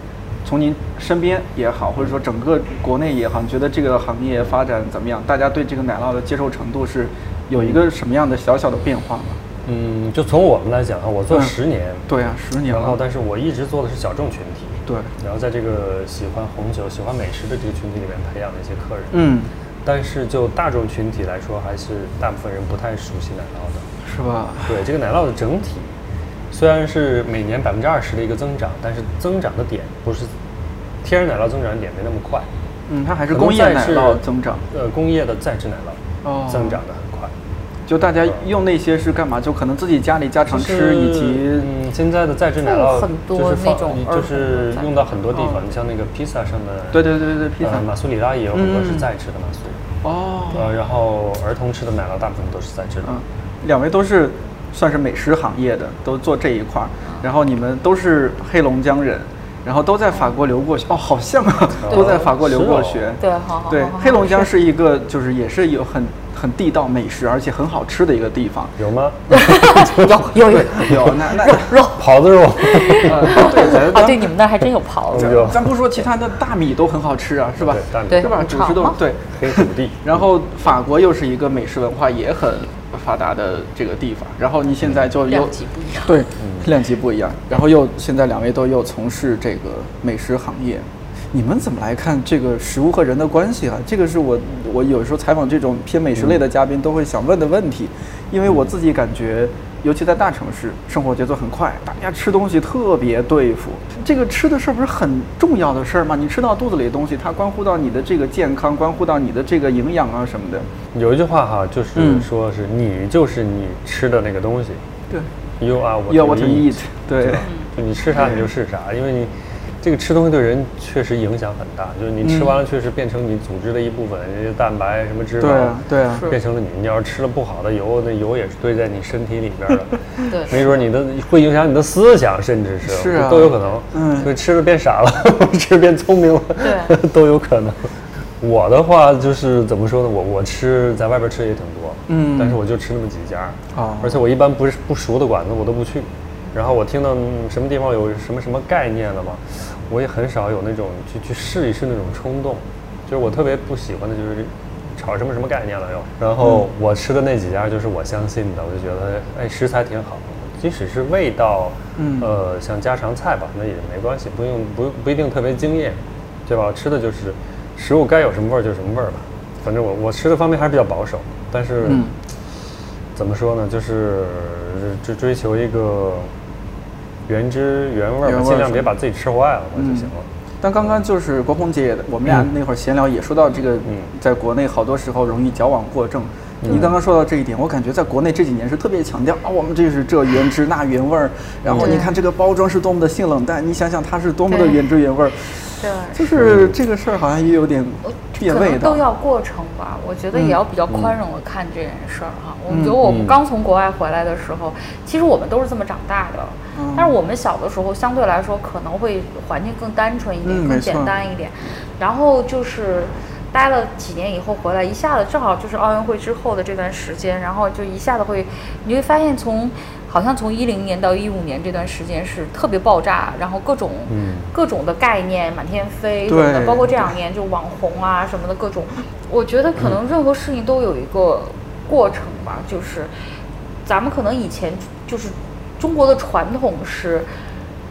Speaker 4: 从您身边也好，或者说整个国内也好，你觉得这个行业发展怎么样？大家对这个奶酪的接受程度是有一个什么样的小小的变化吗？
Speaker 2: 嗯，就从我们来讲啊，我做
Speaker 4: 嗯
Speaker 2: 十年，
Speaker 4: 对啊，十年
Speaker 2: 然后
Speaker 4: 了，
Speaker 2: 但是我一直做的是小众群体，
Speaker 4: 对，
Speaker 2: 然后在这个喜欢红酒、喜欢美食的这个群体里面培养了一些客人。
Speaker 4: 嗯，
Speaker 2: 但是就大众群体来说，还是大部分人不太熟悉奶酪的。
Speaker 4: 是吧？
Speaker 2: 对这个奶酪的整体，虽然是每年百分之二十的一个增长，但是增长的点不是天然奶酪增长的点没那么快，
Speaker 4: 嗯，它还是
Speaker 2: 可能
Speaker 4: 工业
Speaker 2: 再
Speaker 4: 奶
Speaker 2: 是
Speaker 4: 酪增长，
Speaker 2: 呃，工业的再制奶酪、
Speaker 4: 哦
Speaker 2: 增长的很快。
Speaker 4: 就大家用那些是干嘛？就可能自己家里家常
Speaker 2: 就是
Speaker 4: 吃，以及
Speaker 2: 嗯，现在的再制奶酪
Speaker 3: 做很多
Speaker 2: 就是放
Speaker 3: 那种儿童
Speaker 2: 就是
Speaker 3: 在
Speaker 2: 用到很多地
Speaker 3: 哦
Speaker 2: 方，你像那个披萨上的，
Speaker 4: 对对对对对披萨
Speaker 2: 呃马苏里拉也有很多是
Speaker 4: 嗯
Speaker 2: 再制的马苏，
Speaker 4: 哦，
Speaker 2: 呃，然后儿童吃的奶酪大部分都是再制的。
Speaker 4: 嗯，两位都是算是美食行业的，都做这一块儿，然后你们都是黑龙江人，然后都在法国留过学，哦，好像啊，
Speaker 2: 对
Speaker 4: 都在法国留过学
Speaker 2: 是哦。
Speaker 3: 对，好好
Speaker 4: 对
Speaker 3: 好好，
Speaker 4: 黑龙江是一个就是也是有很很地道美食，而且很好吃的一个地方。
Speaker 2: 有吗？
Speaker 3: 有有
Speaker 4: 有那那
Speaker 2: 狍子肉，
Speaker 4: 呃对，咱
Speaker 3: 啊，对，
Speaker 4: 咱
Speaker 3: 你们那儿还真有狍子，
Speaker 2: 有
Speaker 4: 咱咱不说其他的，大米都很好吃啊，是吧？
Speaker 2: 对大米
Speaker 3: 对
Speaker 4: 是吧？主食
Speaker 3: 炒
Speaker 4: 都
Speaker 3: 嘛
Speaker 4: 对。
Speaker 2: 黑土地。
Speaker 4: 然后法国又是一个美食文化也很发达的这个地方，然后你现在就又
Speaker 3: 量级不一样。，
Speaker 4: 对，量级不一样。然后又现在两位都又从事这个美食行业，你们怎么来看这个食物和人的关系啊？这个是我我有时候采访这种偏美食类的嘉宾都会想问的问题，因为我自己感觉。尤其在大城市，生活节奏很快，大家吃东西特别对付。这个吃的事儿不是很重要的事儿吗？你吃到肚子里的东西，它关乎到你的这个健康，关乎到你的这个营养啊什么的。
Speaker 2: 有一句话哈，就是
Speaker 4: 嗯
Speaker 2: 说是你就是你吃的那个东西
Speaker 4: 对
Speaker 2: ，You are what
Speaker 4: ，You
Speaker 2: you
Speaker 4: are what you
Speaker 2: eat，
Speaker 4: eat，对，嗯
Speaker 2: 就你吃啥你就是啥，因为你这个吃东西对人确实影响很大，就是你吃完了确实变成你组织的一部分，这些蛋白什么脂肪，
Speaker 4: 对啊，对啊，
Speaker 2: 变成了你。你要是吃了不好的油，那油也是堆在你身体里边 儿的
Speaker 3: 对
Speaker 2: 没准儿你的会影响你的思想，甚至是
Speaker 4: 是啊
Speaker 2: 都有可能。
Speaker 4: 嗯
Speaker 2: 所以吃的变傻了， 吃得变聪明了，
Speaker 3: 对，
Speaker 2: 都有可能。我的话就是怎么说呢？我我吃在外边吃也挺多，
Speaker 4: 嗯
Speaker 2: 但是我就吃那么几家，
Speaker 4: 哦
Speaker 2: 而且我一般不是不熟的馆子我都不去。然后我听到嗯什么地方有什么什么概念了嘛，我也很少有那种去去试一试那种冲动。就是我特别不喜欢的就是炒什么什么概念了又。然后我吃的那几家就是我相信的，我就觉得哎食材挺好，即使是味道，
Speaker 4: 嗯
Speaker 2: 呃像家常菜吧，那也没关系，不用不不一定特别惊艳，对吧？吃的就是食物该有什么味儿就什么味儿吧。反正我我吃的方面还是比较保守，但是。
Speaker 4: 嗯
Speaker 2: 怎么说呢？就是就追求一个原汁原味儿
Speaker 4: 原
Speaker 2: 吧，
Speaker 4: 味儿
Speaker 2: 尽量
Speaker 4: 是
Speaker 2: 别把自己吃坏了就
Speaker 4: 嗯
Speaker 2: 行了。
Speaker 4: 但刚刚就是国鹏姐也，我们俩
Speaker 2: 嗯
Speaker 4: 那会儿闲聊也说到这个，在国内好多时候容易矫枉过正。
Speaker 2: 嗯
Speaker 4: 你刚刚说到这一点，我感觉在国内这几年是特别强调啊，我们这是这原汁那原味
Speaker 2: 嗯
Speaker 4: 儿，然后
Speaker 3: 对
Speaker 4: 你看这个包装是多么的性冷淡，你想想它是多么的
Speaker 3: 对
Speaker 4: 原汁原味儿，
Speaker 3: 对。
Speaker 2: 嗯
Speaker 4: 就是这个事儿好像也有点
Speaker 3: 我
Speaker 4: 变
Speaker 3: 可
Speaker 4: 味
Speaker 3: 能
Speaker 4: 道
Speaker 3: 都。要过程吧，我觉得也要比较宽容的看这件事儿哈。我觉得我们
Speaker 2: 嗯
Speaker 3: 刚从国外回来的时候，其实我们都是这么长大的
Speaker 4: 嗯，
Speaker 3: 但是我们小的时候相对来说可能会环境更单纯一
Speaker 4: 嗯
Speaker 3: 点，
Speaker 4: 没
Speaker 3: 更
Speaker 4: 错
Speaker 3: 简单一点，然后就是。待了几年以后回来，一下子正好就是奥运会之后的这段时间，然后就一下子会，你会发现从，好像从一零年到一五年这段时间是特别爆炸，然后各种、
Speaker 2: 嗯
Speaker 3: 各种的概念满天飞什么的，
Speaker 4: 对
Speaker 3: 包括这两年就网红啊什么的各种，我觉得可能任何事情都有一个过程吧，就是咱们可能以前就是中国的传统是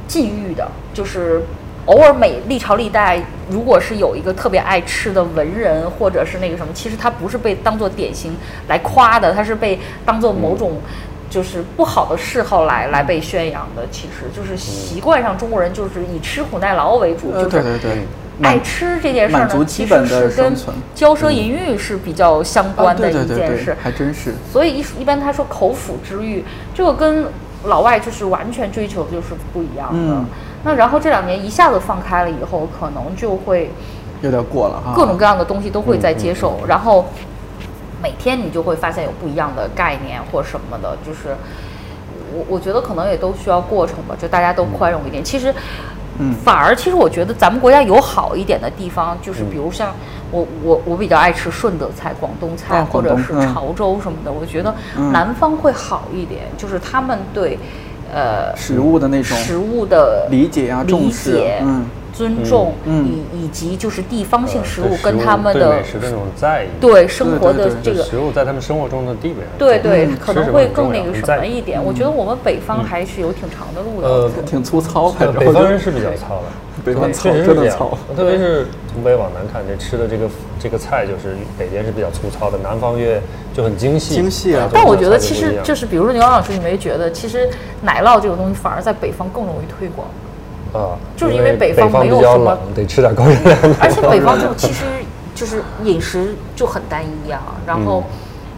Speaker 3: 禁欲的，就是偶尔每历朝历代，如果是有一个特别爱吃的文人或者是那个什么，其实他不是被当做典型来夸的，他是被当做某种。
Speaker 4: 嗯
Speaker 3: 就是不好的嗜好来来被宣扬的，其实就是
Speaker 4: 嗯
Speaker 3: 习惯上中国人就是以吃苦耐劳为主，
Speaker 4: 呃，
Speaker 3: 就
Speaker 4: 对
Speaker 3: 是
Speaker 4: 对对，
Speaker 3: 爱吃这件事儿
Speaker 4: 满足
Speaker 3: 呢，
Speaker 4: 基
Speaker 3: 其
Speaker 4: 本
Speaker 3: 实
Speaker 4: 的
Speaker 3: 是
Speaker 4: 生
Speaker 3: 跟
Speaker 4: 存嗯
Speaker 3: 骄奢淫欲是比较相
Speaker 4: 啊
Speaker 3: 关的
Speaker 4: 对对
Speaker 3: 一
Speaker 4: 对
Speaker 3: 件事
Speaker 4: 对，。还真是，
Speaker 3: 所以一一般他说口腹之欲，这个跟老外就是完全追求就是不一样的。
Speaker 4: 嗯
Speaker 3: 那然后这两年一下子放开了以后，可能就会
Speaker 4: 有点过了哈。
Speaker 3: 各种各样的东西都会在接受，
Speaker 4: 嗯
Speaker 3: 然后每天你就会发现有不一样的概念或什么的，就是我我觉得可能也都需要过程吧，就大家都宽容一点。其实，
Speaker 4: 嗯
Speaker 3: 反而其实我觉得咱们国家有好一点的地方，就是
Speaker 4: 嗯
Speaker 3: 比如像我我我比较爱吃顺德菜、广东菜
Speaker 4: 啊
Speaker 3: 或
Speaker 4: 广
Speaker 3: 者
Speaker 4: 东
Speaker 3: 是
Speaker 4: 嗯
Speaker 3: 潮州什么的，我觉得
Speaker 4: 嗯
Speaker 3: 南方会好一点，就是他们对呃
Speaker 4: 食物的那种
Speaker 3: 食物的
Speaker 4: 理解啊，重
Speaker 3: 理
Speaker 4: 视
Speaker 3: 解，
Speaker 4: 嗯，
Speaker 3: 尊重，
Speaker 4: 嗯
Speaker 3: 以以及就是地方性食
Speaker 2: 呃对
Speaker 3: 物跟他们
Speaker 2: 对
Speaker 3: 的
Speaker 2: 美食的那种在意，
Speaker 3: 对生
Speaker 4: 对
Speaker 3: 活
Speaker 4: 对
Speaker 3: 的
Speaker 4: 对
Speaker 3: 这
Speaker 2: 就
Speaker 3: 个
Speaker 2: 食物在他们生活中的地位很
Speaker 3: 对
Speaker 2: 重要
Speaker 3: 对，
Speaker 2: 嗯
Speaker 3: 可
Speaker 2: 吃
Speaker 3: 能
Speaker 2: 什么
Speaker 3: 会
Speaker 2: 很
Speaker 3: 更
Speaker 2: 重
Speaker 3: 那
Speaker 2: 要
Speaker 3: 个
Speaker 2: 你
Speaker 3: 什
Speaker 2: 在嗯
Speaker 3: 么一点。我觉得我们北方还是有挺长的路要
Speaker 2: 呃
Speaker 3: 走。
Speaker 4: 挺粗糙，反
Speaker 2: 呃
Speaker 4: 正
Speaker 2: 北方人是比较糙的，
Speaker 4: 北方
Speaker 2: 对
Speaker 4: 糙
Speaker 2: 确实是
Speaker 4: 真的
Speaker 2: 这样
Speaker 4: 糙
Speaker 2: 特别是从北往南看，这吃的这个这个菜就是北边是比较粗糙的，南方越就很精细。
Speaker 4: 精细啊
Speaker 3: 但我觉得其
Speaker 2: 做出
Speaker 3: 实
Speaker 2: 来的菜就不一样
Speaker 3: 就是，比如说牛郎老师，你没觉得其实奶酪这种东西反而在北方更容易推广，
Speaker 2: 啊，
Speaker 3: 就是因
Speaker 2: 因
Speaker 3: 为北
Speaker 2: 北
Speaker 3: 方没有
Speaker 2: 比较
Speaker 3: 什么哎
Speaker 2: 冷，得吃点高热量的。
Speaker 3: 而且北方就其实就是饮食就很单一啊。然后，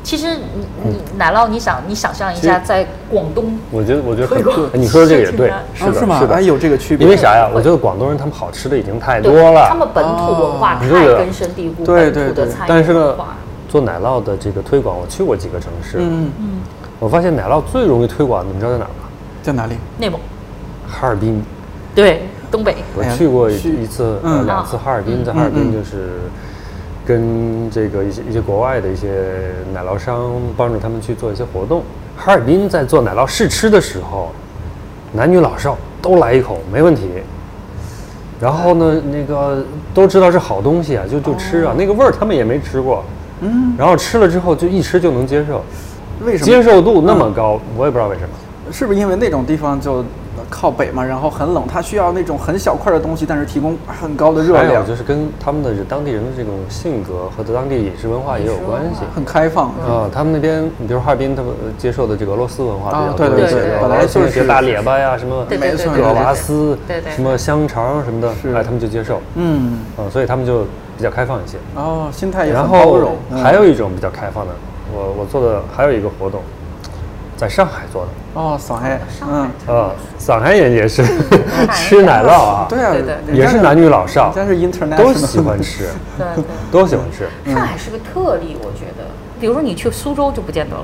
Speaker 3: 其实你你奶酪，你想你想象一下，
Speaker 2: 嗯其实
Speaker 3: 在广东
Speaker 2: 我觉得我觉得
Speaker 3: 推广
Speaker 2: 很，你说的这个也对是
Speaker 3: 是，
Speaker 4: 啊
Speaker 2: 的，
Speaker 4: 是吗
Speaker 2: 是？的
Speaker 4: 哎，有这个区别，
Speaker 2: 因为啥呀？我觉得广东人他们好吃的已经太多
Speaker 3: 对，
Speaker 2: 了，
Speaker 3: 他们本土文化
Speaker 2: 哦
Speaker 3: 太根深蒂固，
Speaker 4: 对
Speaker 3: 本土
Speaker 4: 对
Speaker 3: 的
Speaker 4: 对
Speaker 3: 餐饮
Speaker 2: 但是呢
Speaker 3: 文化，
Speaker 2: 做奶酪的这个推广，我去过几个城市，
Speaker 4: 嗯，
Speaker 2: 我发现奶酪最容易推广的，你知道在哪儿吗？
Speaker 4: 在哪里？
Speaker 3: 内蒙，
Speaker 2: 哈尔滨。
Speaker 3: 对东北，
Speaker 2: 我
Speaker 4: 哎呀
Speaker 2: 去过一
Speaker 4: 去
Speaker 2: 一次、
Speaker 4: 嗯
Speaker 2: 呃两次哈尔滨，在哈尔滨就是跟这个一些一些国外的一些奶酪商帮助他们去做一些活动。哈尔滨在做奶酪试吃的时候，男女老少都来一口没问题。然后呢，那个都知道是好东西啊，就就吃啊，那个味儿他们也没吃过。
Speaker 4: 哦嗯，
Speaker 2: 然后吃了之后就一吃就能接受，
Speaker 4: 为什
Speaker 2: 接
Speaker 4: 么？
Speaker 2: 受度那么高，我也不知道为什么。
Speaker 4: 是不是因为那种地方就呃靠北嘛，然后很冷，它需要那种很小块的东西，但是提供很高的热
Speaker 2: 还有
Speaker 4: 量，
Speaker 2: 就是跟他们的当地人的这种性格和当地饮食文化也有关系。
Speaker 4: 很开放。
Speaker 2: 啊，他们那边，你比如哈尔滨，他们呃接受的这个俄罗斯文化比较多，
Speaker 4: 啊对
Speaker 3: 对对对
Speaker 2: 俄
Speaker 3: 本
Speaker 4: 来
Speaker 2: 罗斯
Speaker 4: 就
Speaker 2: 学
Speaker 4: 是
Speaker 2: 大列巴呀，什么
Speaker 3: 对
Speaker 4: 没
Speaker 3: 对对
Speaker 4: 错
Speaker 3: 对
Speaker 4: 格
Speaker 2: 格
Speaker 3: 对
Speaker 2: 瓦
Speaker 3: 对
Speaker 2: 斯
Speaker 3: 对对，
Speaker 2: 什么香肠什么的
Speaker 4: 是，
Speaker 2: 哎，他们就接受，
Speaker 4: 嗯，
Speaker 2: 啊，所以他们就比较开放一些。
Speaker 4: 哦，心态也
Speaker 2: 然
Speaker 4: 很包
Speaker 2: 后
Speaker 4: 容。嗯
Speaker 2: 还有一种比较开放的，我我做的还有一个活动，在上海做的，
Speaker 4: 哦，上海，嗯，
Speaker 2: 啊，上海人也是吃奶酪啊，
Speaker 4: 对啊，
Speaker 3: 对对
Speaker 4: 人家
Speaker 2: 也是男女老少
Speaker 4: 人家是 international，
Speaker 2: 都喜欢吃，
Speaker 3: 对对
Speaker 2: 都喜欢吃，
Speaker 3: 对，上海是个特例，我觉得。比如说你去苏州就不见得了，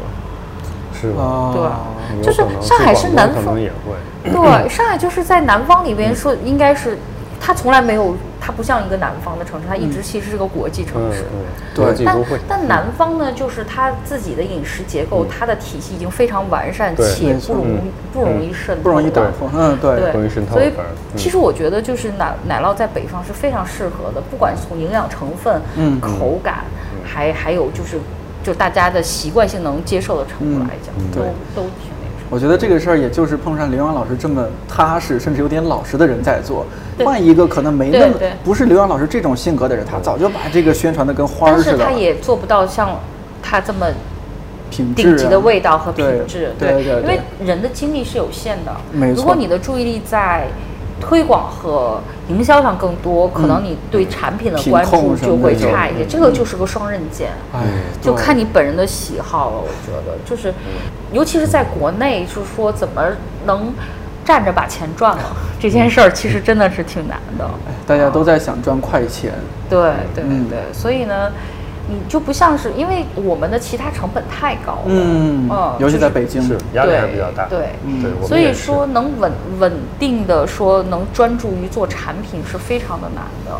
Speaker 2: 是吧？
Speaker 3: 对吧
Speaker 4: 哦，？
Speaker 2: 有
Speaker 3: 就是
Speaker 2: 可能
Speaker 3: 上
Speaker 2: 去
Speaker 3: 海
Speaker 2: 广
Speaker 3: 是
Speaker 2: 东
Speaker 3: 南
Speaker 2: 可
Speaker 3: 方
Speaker 2: 能，也嗯会。
Speaker 3: 对，上海就是在南方里边说应该是，它从来没有，它不像一个南方的城市，它一直其实是个国际城
Speaker 2: 嗯
Speaker 3: 市。
Speaker 2: 嗯，
Speaker 4: 对
Speaker 2: 国际
Speaker 3: 但
Speaker 2: 都会。嗯
Speaker 3: 但南方呢，就是它自己的饮食结构，它的体系已经非常完善，
Speaker 2: 对
Speaker 3: 且
Speaker 4: 没
Speaker 3: 不
Speaker 4: 错
Speaker 3: 容易
Speaker 2: 嗯
Speaker 3: 不容易渗透，
Speaker 4: 不容易打破。嗯，对
Speaker 3: 对，
Speaker 2: 关于渗透
Speaker 3: 所以
Speaker 2: 反而嗯
Speaker 3: 其实我觉得就是奶奶酪在北方是非常适合的，不管是从营养成分、
Speaker 4: 嗯
Speaker 3: 口感，还还有就是就大家的习惯性能接受的程度来讲，都
Speaker 4: 嗯对
Speaker 3: 都挺那个什么。
Speaker 4: 我觉得这个事儿也就是碰上刘洋老师这么踏实，甚至有点老实的人在做。换一个可能没那么
Speaker 3: 对对
Speaker 4: 不是刘洋老师这种性格的人，他早就把这个宣传的跟花儿
Speaker 3: 但
Speaker 4: 似
Speaker 3: 是
Speaker 4: 的
Speaker 3: 它
Speaker 4: 了。
Speaker 3: 也做不到像它这么
Speaker 4: 品质啊
Speaker 3: 顶级的味道和品质，
Speaker 4: 对对对
Speaker 3: 因为人的精力是有限的，
Speaker 4: 没错
Speaker 3: 如果你的注意力在推广和营销上更多，可能你对产品的
Speaker 4: 嗯品
Speaker 3: 关注
Speaker 4: 控什
Speaker 3: 就
Speaker 4: 么的
Speaker 3: 会
Speaker 4: 就嗯
Speaker 3: 差一些，这个就是个双刃剑。
Speaker 4: 哎，
Speaker 3: 就
Speaker 4: 对
Speaker 3: 看你本人的喜好了。我觉得就是，尤其是在国内，就是说怎么能站着把钱赚了这件事儿，其实真的是挺难的。
Speaker 4: 大家都在想赚快钱。
Speaker 3: 对对
Speaker 4: 嗯
Speaker 3: 对，所以呢，你就不像是因为我们的其他成本太高了，
Speaker 4: 嗯，
Speaker 3: 哦
Speaker 4: 尤其在北京，
Speaker 2: 是压力还是比较大。
Speaker 3: 对
Speaker 4: 嗯
Speaker 2: 对，我们
Speaker 3: 所以
Speaker 2: 也是
Speaker 3: 说能稳稳定的说能专注于做产品是非常的难的。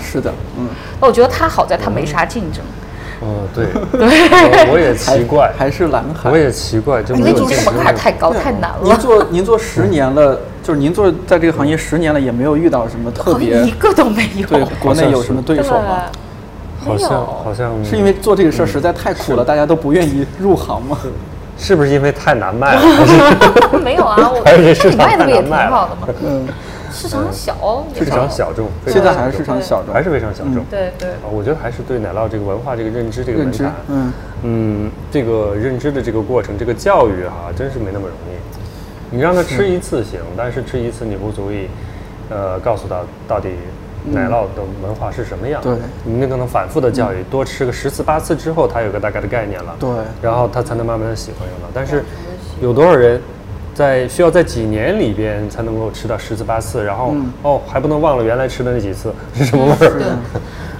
Speaker 4: 是的，嗯，
Speaker 3: 那我觉得它好在它没啥竞争，
Speaker 2: 嗯，对，我我也奇怪，
Speaker 4: 还是蓝海。
Speaker 2: 我也奇怪，就
Speaker 3: 因
Speaker 2: 没有
Speaker 3: 为竞
Speaker 2: 竞
Speaker 3: 争
Speaker 2: 争
Speaker 3: 门槛
Speaker 2: 力
Speaker 3: 太高太难
Speaker 4: 您
Speaker 3: 了，
Speaker 4: 做您做十年了，就是您做在这个行业十年了，也没有遇到什么
Speaker 3: 好
Speaker 4: 特
Speaker 3: 像
Speaker 4: 别
Speaker 3: 一个都没有。
Speaker 4: 对国内有什么对手吗？
Speaker 2: 好像
Speaker 3: 没有
Speaker 2: 好像
Speaker 4: 是因为做这个事儿实在太苦了，大家都不愿意入行吗？
Speaker 2: 是不是因为太难卖了？
Speaker 3: 没有啊，我
Speaker 2: 还是
Speaker 3: 这
Speaker 2: 市
Speaker 3: 你
Speaker 2: 场
Speaker 3: 卖的不
Speaker 2: 太
Speaker 3: 也
Speaker 2: 难
Speaker 3: 挺
Speaker 2: 卖
Speaker 3: 好
Speaker 2: 了
Speaker 3: 的吗？
Speaker 4: 嗯，
Speaker 3: 市场小，也
Speaker 2: 市场小众，非
Speaker 4: 现在
Speaker 2: 常
Speaker 4: 还是市场小众，
Speaker 2: 还是非常小众。
Speaker 3: 对对
Speaker 2: 啊，我觉得还是对奶酪这个文化、这个认知、这个
Speaker 4: 认
Speaker 2: 门
Speaker 4: 知
Speaker 2: 槛，，
Speaker 4: 嗯，
Speaker 2: 嗯，这个认知的这个过程，这个教育哈、真是没那么容易。你让他吃一次行，
Speaker 4: 嗯
Speaker 2: 但是吃一次你不足以，呃，告诉他到底奶酪的文化是什么样。
Speaker 4: 对嗯
Speaker 2: 你那可能反复的教育，多吃个十次八次之后，他有个大概的概念了。
Speaker 4: 对
Speaker 2: 然后他才能慢慢的喜欢上它。但是有多少人在需要在几年里边才能够吃到十次八次，然后、
Speaker 4: 嗯
Speaker 2: 哦还不能忘了原来吃的那几次是什么味儿，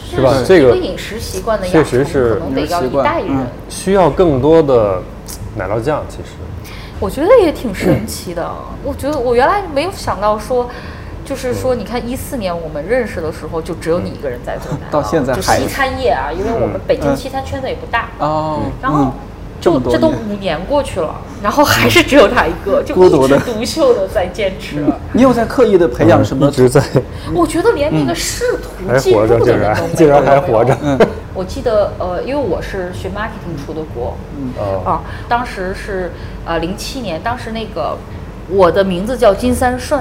Speaker 2: 是吧？
Speaker 3: 这
Speaker 2: 这个
Speaker 3: 个饮食习惯的
Speaker 2: 确
Speaker 3: 养
Speaker 2: 实
Speaker 3: 成，
Speaker 2: 是
Speaker 3: 可能得要一
Speaker 4: 饮食习惯
Speaker 3: 代人。
Speaker 4: 嗯
Speaker 2: 需要更多的奶酪酱，其实
Speaker 3: 我觉得也挺神奇的。
Speaker 4: 嗯
Speaker 3: 我觉得我原来没有想到说，就是
Speaker 4: 嗯
Speaker 3: 说，你看一四年我们认识的时候，就只有你一个人在做奶酪，
Speaker 4: 到现在
Speaker 3: 就
Speaker 4: 还
Speaker 3: 西餐业啊，因为我们北京西餐圈子也不大，
Speaker 4: 哦，
Speaker 3: 然后
Speaker 4: 嗯
Speaker 3: 就、
Speaker 4: 么多
Speaker 3: 这都
Speaker 4: 年嗯
Speaker 3: 五年过去了，然后还是只有他一个，就
Speaker 4: 孤独
Speaker 3: 一枝
Speaker 4: 的
Speaker 3: 独秀的在坚持。
Speaker 4: 你有在刻意的培养什么？
Speaker 2: 一直在
Speaker 3: 我觉得连那个试图
Speaker 2: 还
Speaker 3: 进
Speaker 2: 活
Speaker 3: 入
Speaker 2: 着，
Speaker 3: 的
Speaker 2: 竟
Speaker 3: 人都
Speaker 2: 然
Speaker 3: 没
Speaker 2: 竟
Speaker 3: 有
Speaker 2: 然还活着。。
Speaker 4: 嗯
Speaker 3: 我记得呃，因为我是学 marketing 出的国，
Speaker 2: 哦，
Speaker 3: 啊，当时是呃零七年，当时那个我的名字叫金三顺，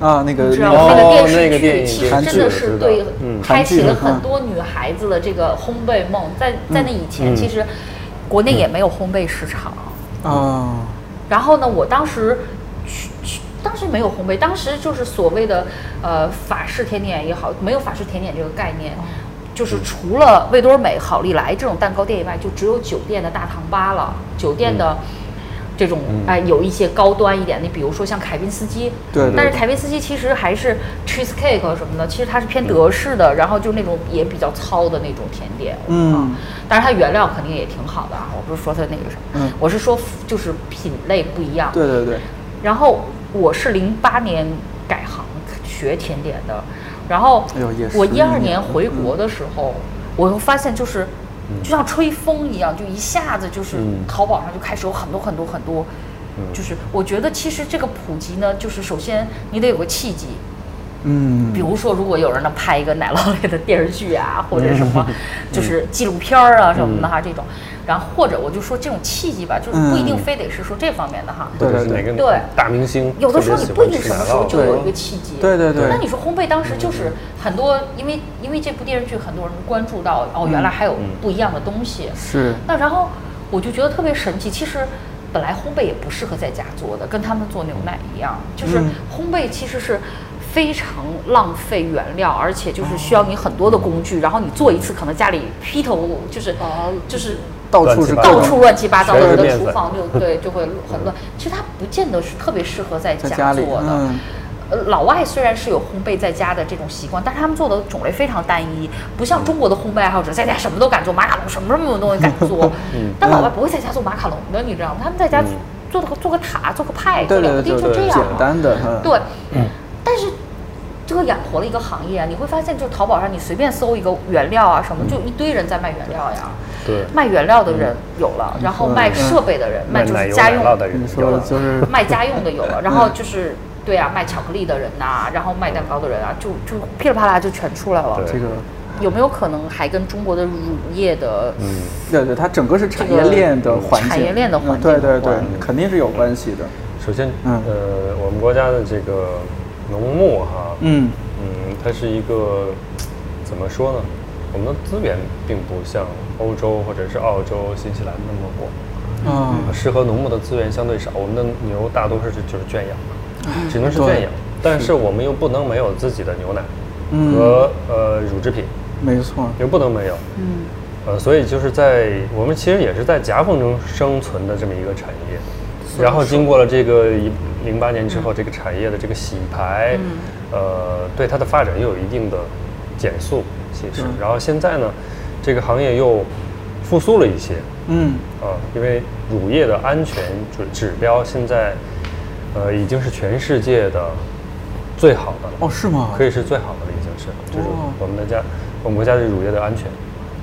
Speaker 4: 啊，那个
Speaker 3: 你知道
Speaker 2: 哦
Speaker 3: 吗？那个电视
Speaker 2: 那个电
Speaker 3: 剧
Speaker 2: 影
Speaker 3: 其实
Speaker 4: 韩
Speaker 3: 真
Speaker 4: 剧
Speaker 3: 的
Speaker 4: 我
Speaker 3: 是
Speaker 2: 知道
Speaker 3: 对
Speaker 2: 嗯
Speaker 3: 开
Speaker 4: 韩剧
Speaker 3: 启了
Speaker 4: 嗯
Speaker 3: 很多女孩子的这个烘焙梦，在在那以前，其实国内也没有烘焙市场。
Speaker 4: 啊，
Speaker 3: 然后呢，我当时去去，当时没有烘焙，当时就是所谓的呃法式甜点也好，没有法式甜点这个概念。就是除了味多美、好利来这种蛋糕店以外，就只有酒店的大堂吧了，酒店的这种哎、有一些高端一点的，比如说像凯宾斯基，
Speaker 4: 对对
Speaker 3: 但是
Speaker 4: 对
Speaker 3: 凯宾斯基其实还是 cheesecake 什么的，其实它是偏德式的，然后就那种也比较糙的那种甜点，啊
Speaker 4: 嗯
Speaker 3: 但是它原料肯定也挺好的啊，我不是说它那个什么，
Speaker 4: 嗯
Speaker 3: 我是说就是品类不一样。
Speaker 4: 对对对，
Speaker 3: 然后我是零八年改行学甜点的，然后
Speaker 4: 哎呦也嗯
Speaker 3: 我
Speaker 4: 11
Speaker 3: 一二
Speaker 4: 年
Speaker 3: 年
Speaker 4: 了
Speaker 3: 回国的时候，我又发现就是。
Speaker 4: 嗯
Speaker 3: 就像吹风一样，就一下子就是
Speaker 2: 嗯
Speaker 3: 淘宝上就开始有很多很多很多，
Speaker 4: 嗯
Speaker 3: 就是我觉得其实这个普及呢，就是首先你得有个契机，
Speaker 4: 嗯，
Speaker 3: 比如说，如果有人能拍一个奶酪类的电视剧啊，或者什么，
Speaker 4: 嗯
Speaker 3: 就是纪录片儿啊什么的哈，这种，然后或者我就说这种契机吧，就是不一定
Speaker 4: 嗯
Speaker 3: 非得是说这方面的哈。
Speaker 2: 或者是哪
Speaker 3: 对
Speaker 2: 个大明星
Speaker 3: 有的时候
Speaker 2: 特别
Speaker 3: 你
Speaker 2: 喜
Speaker 3: 不
Speaker 2: 欢
Speaker 3: 一定
Speaker 2: 吃
Speaker 3: 什
Speaker 2: 奶
Speaker 3: 么时候
Speaker 2: 酪，嗯
Speaker 3: 就有一个契机。
Speaker 4: 对对对
Speaker 3: 那你说烘焙当时就是很多，因为因为这部电视剧很多人关注到，哦，
Speaker 4: 嗯
Speaker 3: 原来还有不一样的东西。
Speaker 4: 是
Speaker 3: 那然后我就觉得特别神奇，其实。本来烘焙也不适合在家做的，跟他们做牛奶一样，就是
Speaker 4: 嗯
Speaker 3: 烘焙其实是非常浪费原料，而且就是需要你很多的工具，然后你做一次可能家里劈头就是、
Speaker 2: 哦
Speaker 3: 就是
Speaker 4: 到处是
Speaker 2: 乱七八糟
Speaker 3: 到处乱七八糟的，你
Speaker 2: 哎全是
Speaker 3: 的
Speaker 2: 面
Speaker 3: 厨
Speaker 2: 粉
Speaker 3: 房就对就会很乱。其实它不见得是特别适合在
Speaker 4: 在家
Speaker 3: 家
Speaker 4: 里，
Speaker 3: 做的。
Speaker 4: 嗯，
Speaker 3: 呃，老外虽然是有烘焙在家的这种习惯，但是他们做的种类非常单一，不像中国的烘焙爱好者在家什么都敢做，马卡龙什么什么东西敢做。
Speaker 2: 嗯
Speaker 3: 但老外不会在家做马卡龙的，你知道吗？他们在家做个做个塔，做个派，做
Speaker 4: 对
Speaker 3: 两个
Speaker 4: 对
Speaker 3: 丁，
Speaker 4: 对
Speaker 3: 就这
Speaker 4: 对，
Speaker 3: 样
Speaker 4: 简
Speaker 3: 了。
Speaker 4: 单的，嗯，
Speaker 3: 对，但是这个养活了一个行业啊，你会发现，就淘宝上你随便搜一个原料啊什么，就一堆人在卖原料呀。
Speaker 2: 对
Speaker 3: 卖原料的人有了，然后
Speaker 4: 说
Speaker 3: 卖
Speaker 4: 嗯
Speaker 3: 设备的人，卖
Speaker 2: 卖
Speaker 3: 就
Speaker 2: 奶
Speaker 3: 是
Speaker 2: 油
Speaker 3: 家
Speaker 2: 奶
Speaker 3: 用
Speaker 2: 酪的人嗯
Speaker 4: 你说的就是
Speaker 3: 卖家用的有了，然后就是对啊，卖巧克力的人呐、然后卖蛋糕的人啊，就就噼里啪啦就全出来了。
Speaker 2: 对
Speaker 4: 这个，
Speaker 3: 有没有可能还跟中国的乳业的
Speaker 2: 嗯
Speaker 4: 对对，它整个是产业链的环境，
Speaker 3: 产业链的环境
Speaker 4: 嗯对对
Speaker 3: 有
Speaker 4: 对
Speaker 3: 关，
Speaker 4: 肯定是有关系的，
Speaker 2: 首先，
Speaker 4: 嗯
Speaker 2: 呃，我们国家的这个农牧哈，
Speaker 4: 嗯，
Speaker 2: 嗯，它是一个怎么说呢？我们的资源并不像欧洲或者是澳洲、新西兰那么广，
Speaker 4: 啊，
Speaker 2: 适合农牧的资源相对少。我们的牛大多数是就是圈养，只能是圈
Speaker 4: 对
Speaker 2: 养，但是我们又不能没有自己的牛奶
Speaker 4: 嗯
Speaker 2: 和呃乳制品，
Speaker 4: 没错，
Speaker 2: 又不能没有。嗯。呃，所以就是在我们其实也是在夹缝中生存的这么一个产业，然后经过了这个一零八年之后，这个产业的这个洗牌，呃，对它的发展又有一定的减速，其实，然后现在呢，这个行业又复苏了一些，
Speaker 4: 嗯，
Speaker 2: 啊，因为乳业的安全指指标现在，呃，已经是全世界的最好的了，
Speaker 4: 哦，是吗？
Speaker 2: 可以是最好的了，已经是，就是
Speaker 4: 哦
Speaker 2: 我们的家，我们国家的乳业的安全。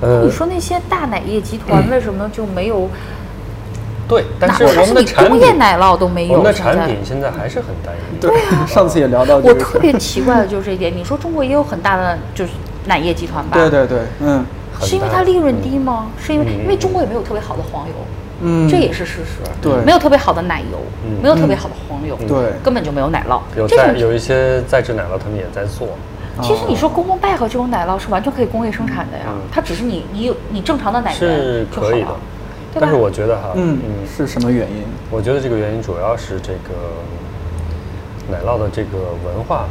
Speaker 2: 呃
Speaker 3: 你，说那些大奶业集团为什么就没有？
Speaker 2: 对，嗯但
Speaker 3: 哪
Speaker 2: 是
Speaker 3: 怕
Speaker 2: 我们的
Speaker 3: 你
Speaker 2: 产
Speaker 3: 工
Speaker 2: 品，
Speaker 3: 业奶酪都没有。
Speaker 2: 我们的
Speaker 3: 现在
Speaker 2: 产品现在还是很单一。
Speaker 4: 对，上次也聊到
Speaker 3: 我
Speaker 4: 这个事
Speaker 3: 特
Speaker 4: 儿，
Speaker 3: 别奇怪的就是这一点，你说中国也有很大的就是奶业集团吧？
Speaker 4: 对对对，嗯
Speaker 3: 是因为
Speaker 2: 很大
Speaker 3: 它利润低吗？是因为
Speaker 2: 嗯
Speaker 3: 因为中国也没有特别好的黄油，
Speaker 4: 嗯，
Speaker 3: 这也是事实。
Speaker 4: 对
Speaker 3: 没有特别好的奶油，
Speaker 2: 嗯
Speaker 3: 没有特别好的黄油，
Speaker 4: 对
Speaker 3: 根本就没有奶酪。
Speaker 2: 有
Speaker 3: 这
Speaker 2: 在
Speaker 3: 种
Speaker 2: 有一些在制奶酪，他们也在做。
Speaker 3: 其实你说公公拜和这种奶酪是完全可以工业生产的呀，
Speaker 2: 嗯
Speaker 3: 它只是你你有你正常的奶
Speaker 2: 是
Speaker 3: 源就好
Speaker 2: 可以的
Speaker 3: 了。，对吧
Speaker 2: 但是我觉得哈，
Speaker 4: 嗯，是什么原因？
Speaker 2: 我觉得这个原因主要是这个奶酪的这个文化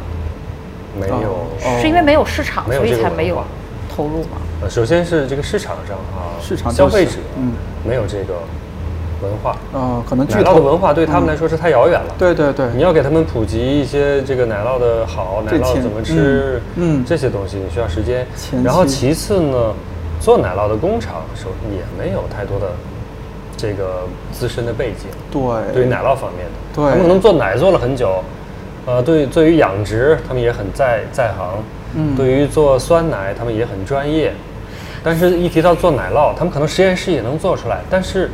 Speaker 2: 没有、
Speaker 4: 哦
Speaker 3: 是因为没有市场，
Speaker 2: 没有
Speaker 3: 所以
Speaker 2: 这个
Speaker 3: 才
Speaker 2: 文
Speaker 3: 没有
Speaker 2: 化
Speaker 3: 投入嘛。
Speaker 2: 呃，首先是这个市场上啊，
Speaker 4: 市场
Speaker 2: 消
Speaker 4: 就是
Speaker 2: 费者
Speaker 4: 嗯
Speaker 2: 没有这个文化，
Speaker 4: 哦，可能
Speaker 2: 奶
Speaker 4: 巨
Speaker 2: 酪的
Speaker 4: 头嗯
Speaker 2: 文化对他们来说是太遥远了。
Speaker 4: 对对对，
Speaker 2: 你要给他们普及一些这个奶酪的好，奶
Speaker 4: 这
Speaker 2: 酪
Speaker 4: 前
Speaker 2: 怎么吃，
Speaker 4: 嗯嗯
Speaker 2: 这些东西你需要时间
Speaker 4: 前。期
Speaker 2: 然后其次呢，做奶酪的工厂首也没有太多的这个自身的背景，
Speaker 4: 对
Speaker 2: 对于奶酪方面的，
Speaker 4: 对
Speaker 2: 他们可能做奶做了很久，呃，对对于养殖他们也很在在行，
Speaker 4: 嗯
Speaker 2: 对于做酸奶他们也很专业，但是一提到做奶酪，他们可能实验室也能做出来，但是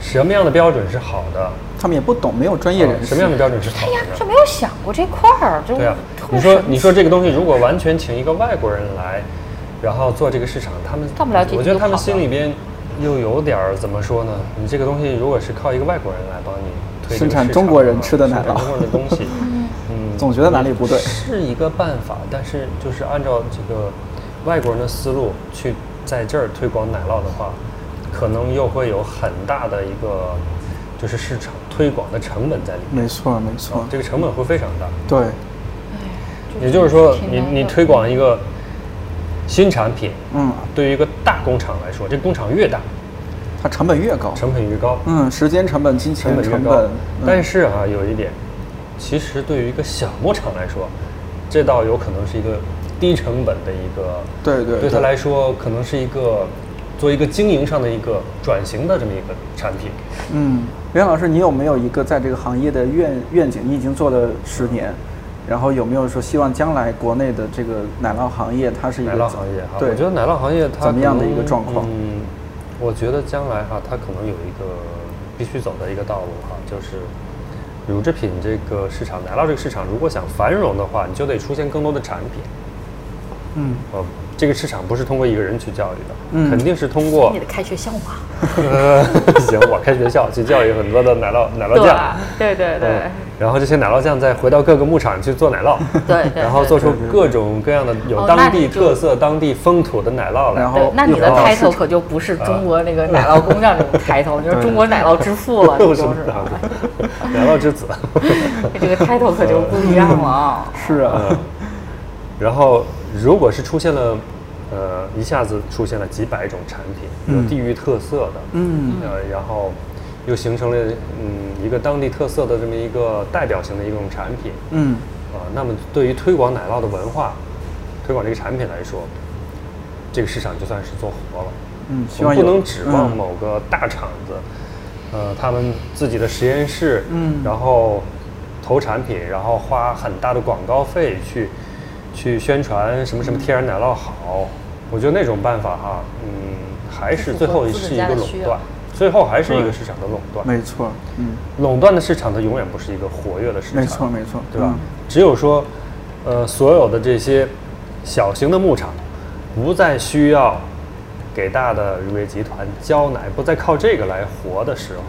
Speaker 2: 什么样的标准是好的？
Speaker 4: 他们也不懂，没有专业人
Speaker 2: 呃
Speaker 4: 士。
Speaker 2: 什么样的标准是好
Speaker 3: 哎呀，
Speaker 2: 的
Speaker 3: 就？没有想过这块儿，就
Speaker 2: 啊对啊，
Speaker 3: 特别
Speaker 2: 你说
Speaker 3: 神
Speaker 2: 你
Speaker 3: 奇
Speaker 2: 说这个东西如果完全请一个外国人来，然后做这个市场，他们
Speaker 3: 他们了解
Speaker 2: 我
Speaker 3: 你
Speaker 2: 觉得
Speaker 3: 就
Speaker 2: 他们
Speaker 3: 好
Speaker 2: 心
Speaker 3: 了
Speaker 2: 里边又有点儿怎么说呢？你这个东西如果是靠一个外国人来帮你推这
Speaker 4: 生
Speaker 2: 个
Speaker 4: 产
Speaker 2: 市
Speaker 4: 中
Speaker 2: 场
Speaker 4: 国
Speaker 2: 的
Speaker 4: 人
Speaker 2: 话
Speaker 4: 吃的奶
Speaker 2: 生产
Speaker 4: 酪
Speaker 2: 中国人的东西， 嗯，
Speaker 4: 总觉得哪里不对
Speaker 2: 是一个办法，但是就是按照这个外国人的思路去在这儿推广奶酪的话，可能又会有很大的一个就是市场推广的成本在里面，
Speaker 4: 没错，没错，
Speaker 2: 这个成本会非常大。
Speaker 4: 对，
Speaker 2: 也就是说，
Speaker 3: 挺
Speaker 2: 你
Speaker 3: 难
Speaker 2: 你
Speaker 3: 的
Speaker 2: 推广一个新产品，
Speaker 4: 嗯，
Speaker 2: 对于一个大工厂来说，这工厂越大，
Speaker 4: 它成本越高，
Speaker 2: 成本越高，
Speaker 4: 嗯，时间成本、金钱
Speaker 2: 成本越
Speaker 4: 成
Speaker 2: 高
Speaker 4: 本，。嗯
Speaker 2: 但
Speaker 4: 是
Speaker 2: 是啊，有一点，其实对于一个小牧场来说，这倒有可能是一个低成本的一个，
Speaker 4: 对对
Speaker 2: 对他
Speaker 4: 对
Speaker 2: 来说可能是一个做一个经营上的一个转型的这么一个产品。
Speaker 4: 嗯，袁老师，你有没有一个在这个行业的愿愿景？你已经做了十年，然后有没有说希望将来国内的这个奶酪行业，它是一个
Speaker 2: 奶酪行业哈，
Speaker 4: 对，
Speaker 2: 我觉得奶酪行业它
Speaker 4: 怎么样的
Speaker 2: 可能
Speaker 4: 一个状况
Speaker 2: 嗯，我觉得将来哈，它可能有一个必须走的一个道路哈，就是乳制品这个市场，奶酪这个市场如果想繁荣的话，你就得出现更多的产品。
Speaker 4: 嗯，
Speaker 2: 呃，这个市场不是通过一个人去教育的，
Speaker 4: 嗯
Speaker 2: 肯定是通过
Speaker 3: 你得开学校嘛，
Speaker 2: 呃， 行，我开学校去教育很多的奶酪奶酪
Speaker 3: 对
Speaker 2: 酱。
Speaker 3: 啊对对对
Speaker 2: 嗯，然后这些奶酪酱再回到各个牧场去做奶酪，
Speaker 3: 对对对哦
Speaker 2: 然后做出各种各样的有当地特色、当地风土的奶酪来。
Speaker 4: 然后
Speaker 3: 对，那你的
Speaker 4: 又到
Speaker 3: 开
Speaker 4: 市
Speaker 3: 头
Speaker 4: 场
Speaker 3: 可就不是中国那个奶酪工匠这种开头，你就是中国奶酪之 父了，你
Speaker 2: 又
Speaker 3: 就是是
Speaker 2: 奶酪，奶 酪之子。
Speaker 3: 这个开头可就不一样了啊。
Speaker 4: 是啊，
Speaker 2: 嗯，然后如果是出现了，呃，一下子出现了几百种产品，有
Speaker 4: 嗯
Speaker 2: 地域特色的，
Speaker 4: 嗯，
Speaker 2: 呃，然后又形成了嗯一个当地特色的这么一个代表性的一种产品，
Speaker 4: 嗯，
Speaker 2: 啊、那么对于推广奶酪的文化，推广这个产品来说，这个市场就算是做活了。
Speaker 4: 嗯，希
Speaker 2: 我
Speaker 4: 望
Speaker 2: 们不
Speaker 4: 有
Speaker 2: 能指望
Speaker 4: 嗯
Speaker 2: 某个大厂子，呃，他们自己的实验室，
Speaker 4: 嗯
Speaker 2: 然后投产品，然后花很大的广告费去去宣传什么
Speaker 4: 嗯
Speaker 2: 什么天然奶酪好。我觉得那种办法哈、嗯，还是最后
Speaker 3: 符合资
Speaker 2: 是
Speaker 3: 本
Speaker 2: 一
Speaker 3: 家
Speaker 2: 个
Speaker 3: 的
Speaker 2: 垄
Speaker 3: 需要
Speaker 2: 断，最后还是一个
Speaker 4: 对
Speaker 2: 市场的垄断。
Speaker 4: 嗯没错，嗯，
Speaker 2: 垄断的市场它永远不是一个活跃的市场，
Speaker 4: 没错没错，
Speaker 2: 对吧？
Speaker 4: 嗯
Speaker 2: 只有说，呃，所有的这些小型的牧场，不再需要给大的乳业集团交奶，不再靠这个来活的时候，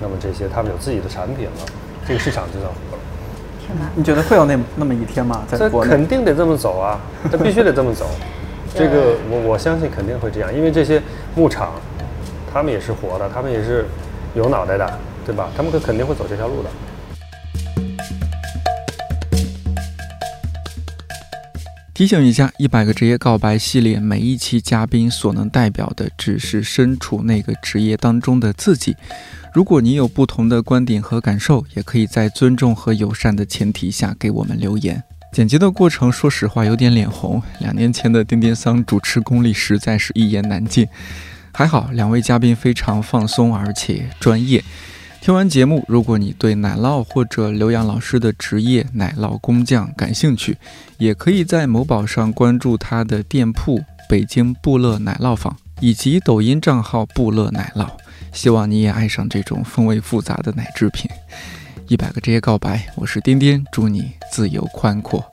Speaker 2: 那么这些他们有自己的产品 了，这个市场就算活了。
Speaker 3: 挺难。
Speaker 4: 你觉得会有那那么一天吗？在
Speaker 2: 这
Speaker 4: 国内
Speaker 2: 肯？定得这么走 啊，这必须得这么走。这个我我相信肯定会这样，因为这些牧场，他们也是活的，他们也是有脑袋的，对吧？他们肯肯定会走这条路的。
Speaker 1: 提醒一下，《一百个职业告白》系列每一期嘉宾所能代表的只是身处那个职业当中的自己。如果你有不同的观点和感受，也可以在尊重和友善的前提下给我们留言。剪辑的过程，说实话有点脸红。两年前的丁丁桑主持功力实在是一言难尽，还好两位嘉宾非常放松而且专业。听完节目，如果你对奶酪或者刘洋老师的职业奶酪工匠感兴趣，也可以在某宝上关注他的店铺“北京布乐奶酪坊”以及抖音账号“布乐奶酪”。希望你也爱上这种风味复杂的奶制品。一百个职业告白，我是颠颠，祝你自由宽阔。